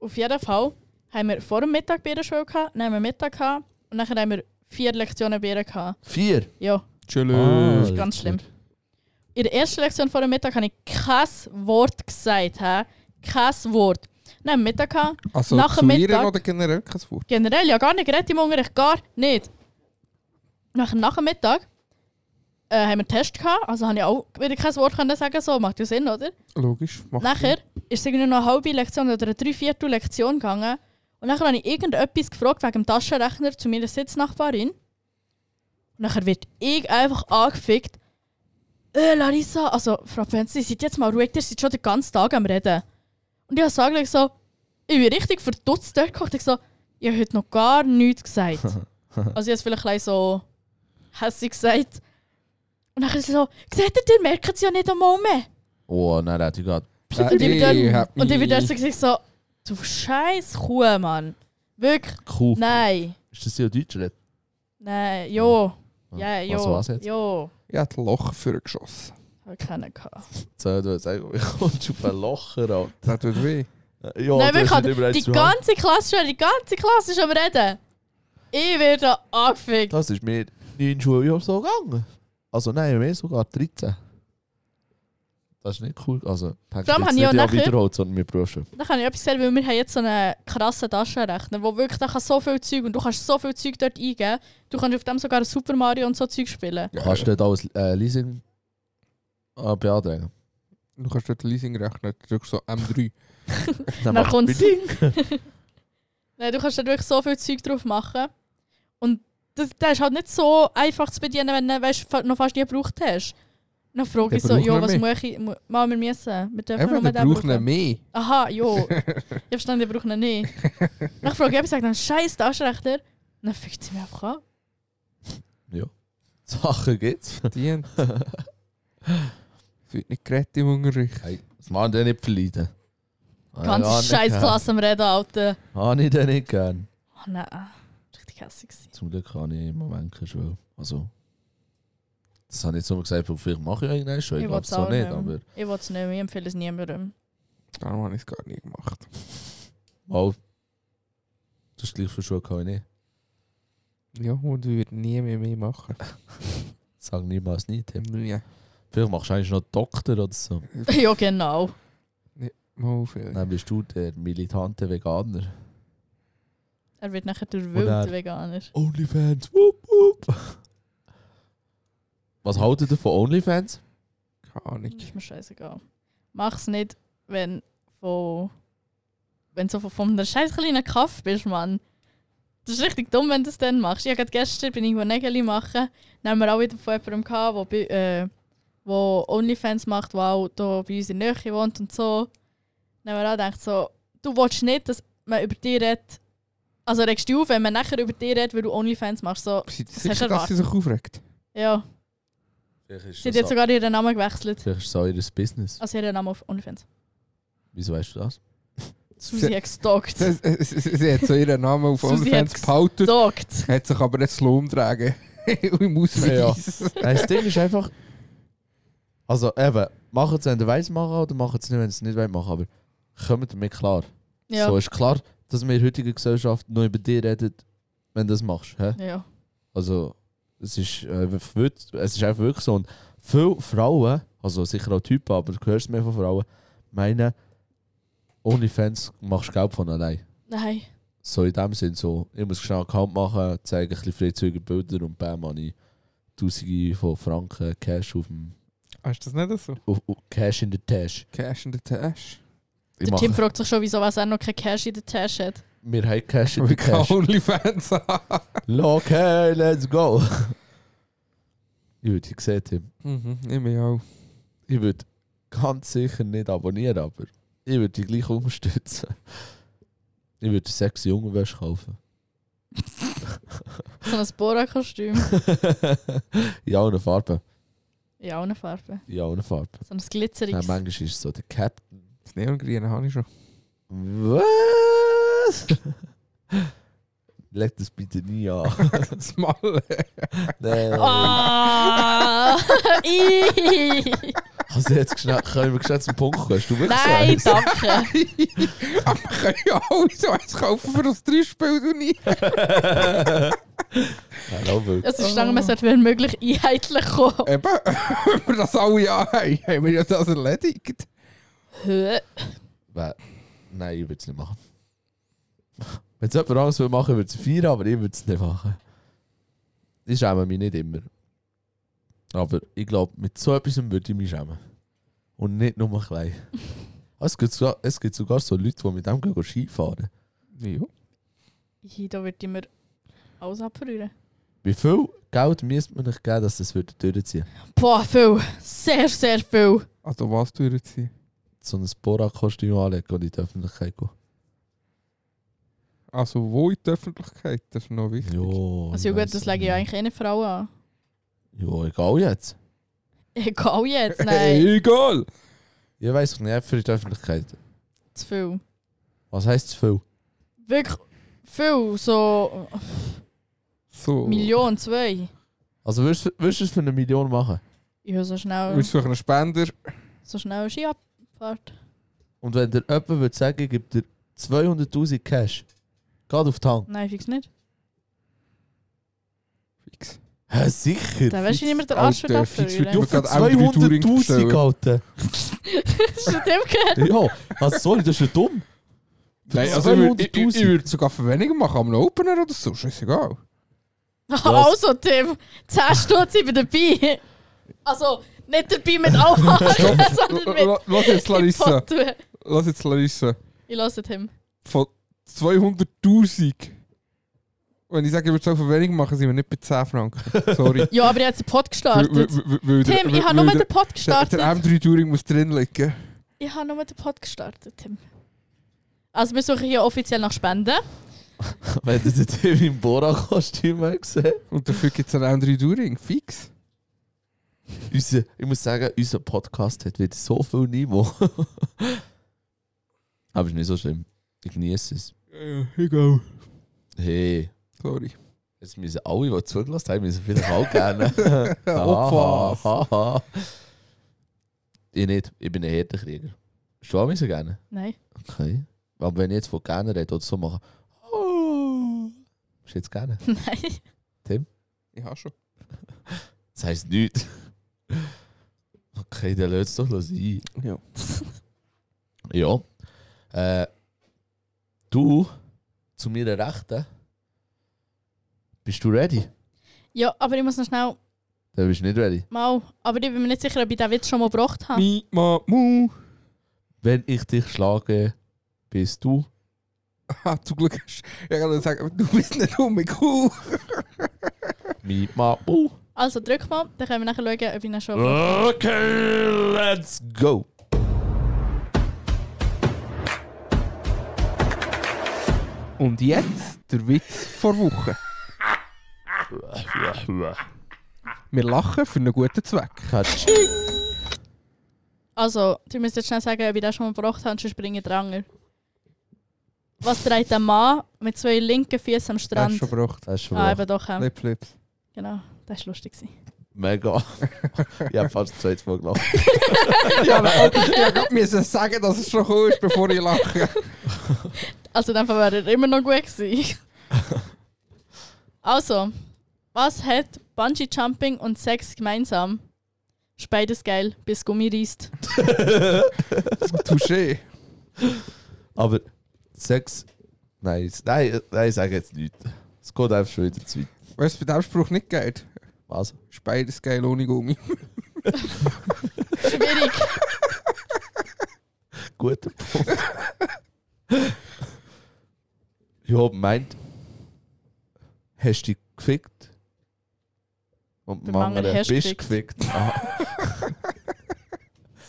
Speaker 1: Auf jeden Fall haben wir vor dem Mittag bei der Schule gehabt, dann haben wir Mittag gehabt und dann haben wir vier Lektionen bei ihr gehabt.
Speaker 2: Vier!
Speaker 1: Ja,
Speaker 3: Tschüss.
Speaker 2: Ah.
Speaker 1: das Äh, ist ganz schlimm. In der ersten Lektion vor dem Mittag habe ich kein Wort gesagt. He? Kein Wort. Dann haben wir Mittag gehabt.
Speaker 3: Also
Speaker 1: Nach
Speaker 3: zu
Speaker 1: dem
Speaker 3: ihr
Speaker 1: Mittag-
Speaker 3: oder generell kein Wort.
Speaker 1: Generell ja gar nicht geredet im Unterricht, gar nicht. Nach, nach dem Mittag äh, haben wir einen Test gehabt, also habe ich auch wieder kein Wort können sagen so macht ja Sinn, oder?
Speaker 3: Logisch. macht
Speaker 1: Nachher ist es irgendwie noch eine halbe Lektion oder eine dreiviertel Lektion gegangen. Und nachher habe ich irgendetwas gefragt wegen dem Taschenrechner zu meiner Sitznachbarin. Und nachher wird ich einfach angefickt. Äh, Larissa, also Frau Penzi, seid jetzt mal ruhig, ihr seid schon den ganzen Tag am Reden. Und ich habe so angeschaut, so, ich bin richtig verdutzt dort geguckt. Ich so, ich habe heute noch gar nichts gesagt. also ich habe es vielleicht gleich so hässlich gesagt. Und nachher so, seht ihr, ihr merkt es ja nicht einmal mehr.
Speaker 2: Oh, nein, hätte ich gerade.
Speaker 3: Sinn.
Speaker 1: Und ich bin
Speaker 3: Äh, ich
Speaker 1: dort,
Speaker 3: hab
Speaker 1: und ich bin dort
Speaker 3: mich-
Speaker 1: so, gesagt, so du scheiß Kuh, Mann. Wirklich?
Speaker 2: Cool.
Speaker 1: Nein.
Speaker 2: Ist das ja Deutsch? oder?
Speaker 1: Nein, jo.
Speaker 2: Ja.
Speaker 1: Ja, jo.
Speaker 2: Was war's jetzt?
Speaker 1: Jo.
Speaker 3: Ich habe ein Loch für geschossen.
Speaker 1: Hab ich keinen gehabt.
Speaker 2: Soll ich dir sagen, ich komme auf ein Locher, Alter.
Speaker 3: Das tut weh.
Speaker 2: Ja,
Speaker 1: Nein,
Speaker 2: du hast
Speaker 1: wirklich,
Speaker 2: nicht überall
Speaker 1: die
Speaker 2: zur Hand.
Speaker 1: ganze Klasse, schon, die ganze Klasse ist am Reden. Ich werde angefickt.
Speaker 2: Das ist mir neun Schuljahren so gegangen. Also nein, mehr sogar 13. Das ist nicht cool. Also,
Speaker 1: Vor allem
Speaker 2: jetzt
Speaker 1: habe ich
Speaker 2: nicht
Speaker 1: auch
Speaker 2: ja
Speaker 1: nachher-
Speaker 2: wiederholt, sondern mit Berufsschule.
Speaker 1: Dann kann ich etwas sagen, weil wir haben jetzt so einen krassen Taschenrechner, wo wirklich der kann so viel Zeug und du kannst so viel Zeug dort eingeben. Du kannst auf dem sogar Super Mario und so Zeug spielen.
Speaker 3: Ja,
Speaker 2: Kannst du dort alles äh, Leasing äh, beantragen?
Speaker 3: Du kannst dort Leasing rechnen. Du drückst so M3.
Speaker 2: Dann
Speaker 1: Dann
Speaker 2: macht's
Speaker 1: kommt's.
Speaker 2: Beding.
Speaker 1: Nein, du kannst da wirklich so viel Zeug drauf machen. Und das, das ist halt nicht so einfach zu bedienen, wenn du weißt, fa- noch fast nie gebraucht hast. Dann frage ich
Speaker 3: Der
Speaker 1: so,
Speaker 3: braucht
Speaker 1: ja,
Speaker 3: nicht
Speaker 1: was
Speaker 3: mehr.
Speaker 1: muss ich, mu- mal wir müssen? Wir dürfen
Speaker 3: Einfach,
Speaker 1: nur
Speaker 3: der
Speaker 1: den
Speaker 3: braucht nicht
Speaker 1: brauchen.
Speaker 3: mehr.
Speaker 1: Aha, jo. ich verstehe, ich brauche ihn nicht. Dann frage ich, ich sage dann, scheiß Taschenrechner. Dann fängt sie mich einfach an.
Speaker 2: Sachen gibt's.
Speaker 3: Dient. Es wird nicht geredet im Unterricht.
Speaker 2: Hey, das machen die nicht verleiden. Ah,
Speaker 1: Ganze
Speaker 2: ah,
Speaker 1: ja,
Speaker 2: nicht
Speaker 1: scheiß
Speaker 2: gern.
Speaker 1: Klasse am Reden, Alter.
Speaker 2: Habe ich den nicht gern.
Speaker 1: Oh nein, das war richtig hässlich. gewesen.
Speaker 2: Zum Glück habe ich im Moment keine Schule. Also, Das habe ich jetzt nur gesagt, weil vielleicht mache ich eigentlich schon. Ich,
Speaker 1: Ich
Speaker 2: glaube
Speaker 1: will's
Speaker 2: so
Speaker 1: auch
Speaker 2: nicht,
Speaker 1: nicht.
Speaker 2: aber
Speaker 1: Ich will es nicht mehr, ich empfehle es niemandem.
Speaker 3: Darum habe ich es gar nicht gemacht.
Speaker 2: mal. Das ist gleich für Schuhe kann ich nicht.
Speaker 3: Ja, und ich würde nie mehr, mehr machen.
Speaker 2: Sag niemals nie, Tim.
Speaker 3: Nie.
Speaker 2: Vielleicht machst du eigentlich noch Doktor oder so.
Speaker 1: ja, genau.
Speaker 3: Mal viel.
Speaker 2: Dann bist du der militante Veganer.
Speaker 1: Er wird nachher der
Speaker 2: er-
Speaker 1: wilde Veganer.
Speaker 2: Onlyfans, wupp, wupp. Was haltet ihr von Onlyfans?
Speaker 3: Keine Ahnung.
Speaker 1: Ist mir scheißegal. Mach's nicht, wenn von. Wenn du so von- von einer scheiß kleinen Kaff bist, Mann. Das ist richtig dumm, wenn du das dann machst. Ich habe gestern bin ich irgendwo Nägel machen. Dann haben wir auch wieder von jemandem gehabt, wo, bei- äh, wo Onlyfans macht, der auch da bei uns in der Nähe wohnt und so. Dann haben wir auch gedacht, so, du willst nicht, dass man über dich redet. Also regst du dich auf, wenn man nachher über dich redet, weil du Onlyfans machst. So,
Speaker 3: Sie
Speaker 1: hast
Speaker 3: sicher, dass
Speaker 1: erwartet.
Speaker 3: sie sich aufregt.
Speaker 1: ja.
Speaker 2: Vielleicht ist
Speaker 1: Sie hat jetzt sogar ihren Namen gewechselt.
Speaker 2: Vielleicht ist es auch ihr Business.
Speaker 1: Also ihren Namen auf Onlyfans.
Speaker 2: Wieso weißt du das?
Speaker 1: Susi hat gestalkt.
Speaker 3: Sie, sie, sie, sie hat so ihren Namen auf
Speaker 1: Susi
Speaker 3: OnlyFans
Speaker 1: hat's
Speaker 3: behalten,
Speaker 1: Gestalkt.
Speaker 3: hat sich aber jetzt umtragen. Im Ausweis.
Speaker 2: Nein, das Ding ist einfach. Also eben, machen es, wenn ihr weiss machen oder machen es nicht, wenn ihr es nicht wollt machen. Aber kommt damit klar.
Speaker 1: Ja.
Speaker 2: So ist klar, dass wir in der heutigen Gesellschaft nur über dich reden, wenn du das machst. He?
Speaker 1: ja.
Speaker 2: Also, es ist, äh, wir- es ist einfach wirklich so. Und viele Frauen, also sicher auch Typen, aber du hörst mehr von Frauen, meinen, OnlyFans machst du Geld von allein.
Speaker 1: Nein.
Speaker 2: So in dem Sinn so, ich muss schnell einen Account machen, zeige ein bisschen freizügige Bilder und bam, habe ich Tausende von Franken Cash auf dem
Speaker 3: Hast du das nicht so?
Speaker 2: auf, auf Cash in der Tasche.
Speaker 3: Cash in the Tash.
Speaker 2: Ich
Speaker 1: der Tim
Speaker 2: mache,
Speaker 1: fragt sich schon, wieso was er noch kein Cash in der Tasche hat.
Speaker 2: wir haben Cash in
Speaker 3: Wie
Speaker 2: der
Speaker 3: kann
Speaker 2: Tasche.
Speaker 3: OnlyFans haben?
Speaker 2: Okay, let's go. Ich würde dich sehen, Tim.
Speaker 3: Mhm, ich mich auch.
Speaker 2: Ich würde ganz sicher nicht abonnieren, aber ich würde dich gleich unterstützen. Ich würde sexy Jungenwäsche kaufen.
Speaker 1: So ein Bora-Kostüm.
Speaker 2: in allen Farben.
Speaker 1: In allen Farben.
Speaker 2: In allen Farben.
Speaker 1: So ein
Speaker 2: Nein,
Speaker 1: glitzeriges.
Speaker 2: manchmal ist es so der Captain.
Speaker 3: Das Neongrüne habe ich schon.
Speaker 2: Was? Leg das bitte nie an.
Speaker 3: Das Malle.
Speaker 2: Nein.
Speaker 1: Ah! Ih!
Speaker 2: Also jetzt schnell, können wir schnell zum Punkt kommen. Hast du wirklich
Speaker 1: Nein,
Speaker 2: so eins?
Speaker 1: danke.
Speaker 3: Aber wir können ja alle so eins kaufen für das Dreispiel, du nie.
Speaker 2: Nein, auch wirklich.
Speaker 1: Es ist lange, man sollte wenn möglich einheitlich kommen.
Speaker 3: Eben, wenn wir das alle anhaben, haben wir ja das erledigt.
Speaker 1: Hä?
Speaker 2: Weil- Nein, ich würde es nicht machen. Wenn es jemand anderes will machen, würde es feiern, aber ich würde es nicht machen. Ich schäme mich nicht immer. Aber ich glaube, mit so etwas würde ich mich schämen. Und nicht nur klein. es, gibt sogar, es gibt sogar so Leute, die mit dem gehen Skifahren.
Speaker 3: Ja.
Speaker 1: Ih, Da wird immer alles abrühren.
Speaker 2: Wie viel Geld müsste man euch geben, dass das würde durchziehen
Speaker 1: Boah, viel. Sehr, sehr viel.
Speaker 3: Also was teurer sein?
Speaker 2: So ein Borat-Kostüm anlegen und in die Öffentlichkeit gehen.
Speaker 3: Also wo in der Öffentlichkeit? Das ist noch wichtig.
Speaker 2: Ja,
Speaker 1: Also ja, gut, das lege ich eigentlich eh nicht Frauen an.
Speaker 2: Ja, egal jetzt.
Speaker 1: Egal jetzt, nein.
Speaker 3: Hey, egal!
Speaker 2: Ich weiß nicht, für die Öffentlichkeit.
Speaker 1: Zu viel.
Speaker 2: Was heisst zu viel?
Speaker 1: wirklich viel, so
Speaker 3: So.
Speaker 1: Million, zwei.
Speaker 2: Also würdest du würdest du es für eine Million machen?
Speaker 1: Ich habe so schnell,
Speaker 3: Willst du suchen einen Spender?
Speaker 1: so schnell eine Skiabfahrt.
Speaker 2: Und wenn dir jemand würde sagen, ich gebe dir 200'000 Cash, gerade auf die Hand.
Speaker 1: Nein, fix nicht.
Speaker 3: Fix.
Speaker 2: Hä, sicher?
Speaker 1: Da weißt du nicht mehr der
Speaker 3: Alter,
Speaker 1: Arsch wird
Speaker 3: fix
Speaker 1: abfüllen.
Speaker 2: du
Speaker 1: Du
Speaker 3: wird-
Speaker 2: für
Speaker 3: Ich würd grad auch drei Touring
Speaker 2: 200'000,
Speaker 3: bestellen.
Speaker 2: Alter.
Speaker 1: hast dem gehört.
Speaker 2: Ja, was soll, das ist ja dumm.
Speaker 3: Nein, also ich würde ich, ich,
Speaker 2: 200'000.
Speaker 3: ich würd sogar für weniger machen, aber einen Opener oder so, scheißegal.
Speaker 1: Also Tim, 10 Stutz ich bin dabei. Also, nicht dabei mit Aufmachen, sondern mit...
Speaker 3: Lass lass jetzt Larissa,
Speaker 1: Potue.
Speaker 3: lass jetzt Larissa.
Speaker 1: Ich lasse Tim.
Speaker 3: Von 200'000. Wenn ich sage, ich würde es auch für weniger machen, sind wir nicht bei 10 Franken. Sorry.
Speaker 1: Ja, aber ich habe den Pod gestartet. Tim, ich habe nur den Pod
Speaker 3: Der
Speaker 1: gestartet.
Speaker 3: M3 Touring muss drin liegen.
Speaker 1: Ich habe nur den Pod gestartet, Tim. Also wir suchen hier offiziell nach Spenden.
Speaker 2: Wenn du den Tim im Bora-Kostüm mal gesehen
Speaker 3: Und dafür gibt es einen M3 Touring. Fix.
Speaker 2: Unser, ich muss sagen, unser Podcast hat wieder so viel Niveau. Aber ist nicht so schlimm. Ich genieße es.
Speaker 3: Ja, egal.
Speaker 2: Hey,
Speaker 3: Sorry.
Speaker 2: Jetzt müssen alle, die zugelassen haben, müssen vielleicht auch gerne.
Speaker 3: Opfer.
Speaker 2: Ha, ha, ha. Ich nicht, ich bin ein Herdenkrieger. Schon müssen gerne.
Speaker 1: Nein.
Speaker 2: Okay. Aber wenn ich jetzt von gerne rede oder so mache, oh, ist jetzt gerne.
Speaker 1: Nein.
Speaker 3: Ich habe schon.
Speaker 2: Das heisst nichts. Okay, dann löst doch los ein.
Speaker 3: Ja.
Speaker 2: Ja. Äh, du, zu mir Rechten, bist du ready?
Speaker 1: Ja, aber ich muss noch schnell
Speaker 2: Dann bist du nicht ready.
Speaker 1: mal. Aber ich bin mir nicht sicher, ob ich den Witz schon mal gebracht habe.
Speaker 3: Mi, ma, mu.
Speaker 2: Wenn ich dich schlage, bist du.
Speaker 3: Ah, zum Glück hast du. Ich kann sagen, du bist nicht dumme Kuh.
Speaker 2: Mein Mabu.
Speaker 1: Also drück mal, dann können wir nachher schauen, ob ich ihn schon gebracht habe.
Speaker 2: Okay, let's go.
Speaker 3: Und jetzt der Witz vor Woche. Wir lachen für einen guten Zweck.
Speaker 2: Katsching.
Speaker 1: Also, du müsst jetzt schnell sagen, ob ich den schon mal gebracht habe, sonst springe ich dran. Was trägt ein Mann mit zwei linken Füßen am
Speaker 3: Das hast
Speaker 1: Strand?
Speaker 3: du schon gebracht.
Speaker 2: Das ist schon
Speaker 1: Ah, eben doch. Ähm,
Speaker 3: Flip, flips.
Speaker 1: genau, das war lustig. gewesen.
Speaker 2: mega. ich habe fast zweites Mal gelacht.
Speaker 3: ja, aber ich musste sagen, dass es schon cool ist, bevor ich lache.
Speaker 1: Also, dann wäre er immer noch gut gewesen. also, was hat Bungee Jumping und Sex gemeinsam? Ist Beides geil, bis Gummi reißt.
Speaker 3: Touché.
Speaker 2: Aber Sex. Nein, s- nein, nein, ich sage jetzt nichts. Es geht einfach schon wieder zu weit.
Speaker 3: Weißt du, bei dem Spruch nicht geht?
Speaker 2: Was?
Speaker 3: Ist beides geil ohne Gummi.
Speaker 1: Schwierig.
Speaker 2: Guter Punkt. ich habe meint, hast du dich gefickt? Und
Speaker 1: Der
Speaker 2: dem anderen
Speaker 1: Mangel hast
Speaker 2: bist du gefickt. Ah,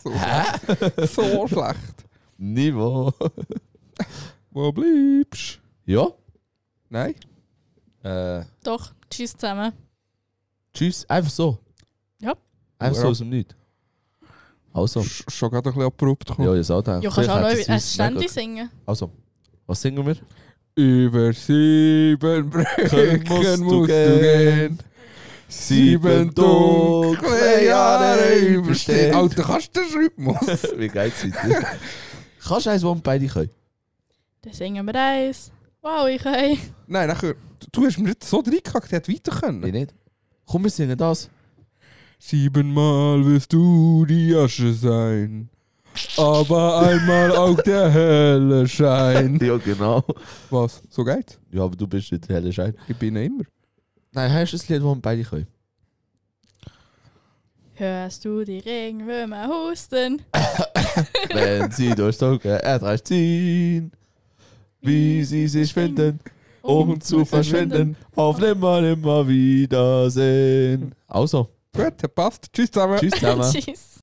Speaker 3: So schlecht. so schlecht.
Speaker 2: Niveau.
Speaker 3: Wo bleibst
Speaker 2: Ja.
Speaker 3: Nein?
Speaker 2: Äh,
Speaker 1: Doch, tschüss zusammen.
Speaker 2: tschüss. Einfach so.
Speaker 1: Ja.
Speaker 2: Einfach so
Speaker 3: Ja.
Speaker 2: aus dem Nichts. Also.
Speaker 3: Sch schon gerade ein bisschen abrupt
Speaker 2: Ja,
Speaker 3: gekommen.
Speaker 2: ihr seid auch.
Speaker 1: Ja, kannst auch noch
Speaker 2: Vielleicht hat
Speaker 1: ein
Speaker 2: es uns mega-
Speaker 1: Ständig singen.
Speaker 2: Also, was singen wir?
Speaker 3: Über sieben Brücken musst, du gehen. Sieben dunkle Jahre überstehen. Alter, kannst du den Rhythmus?
Speaker 2: Wie geil sind Kannst du eins, wo wir beide können?
Speaker 1: Dann singen wir eins. Wow, ich kann.
Speaker 3: Nein, nachher. Du hast mir nicht so reingekackt, hätte weiter
Speaker 2: Ich
Speaker 3: können.
Speaker 2: nicht. Komm, wir singen das.
Speaker 3: Siebenmal wirst du die Asche sein. Aber einmal auch der helle Schein.
Speaker 2: Ja, genau.
Speaker 3: Was? So geht's?
Speaker 2: Ja, aber du bist nicht der helle Schein.
Speaker 3: Ich bin ja immer.
Speaker 2: Nein, hast du ein Lied, wo wir beide können?
Speaker 1: Hörst du die Regenwürmer husten?
Speaker 2: Wenn sie durchs Dunkel erreicht ziehen, wie sie sich finden, um zu verschwinden, auf nimmer, nimmer Wiedersehen. Also,
Speaker 3: Gut, passt. Tschüss zusammen.
Speaker 2: tschüss zusammen.
Speaker 1: Tschüss.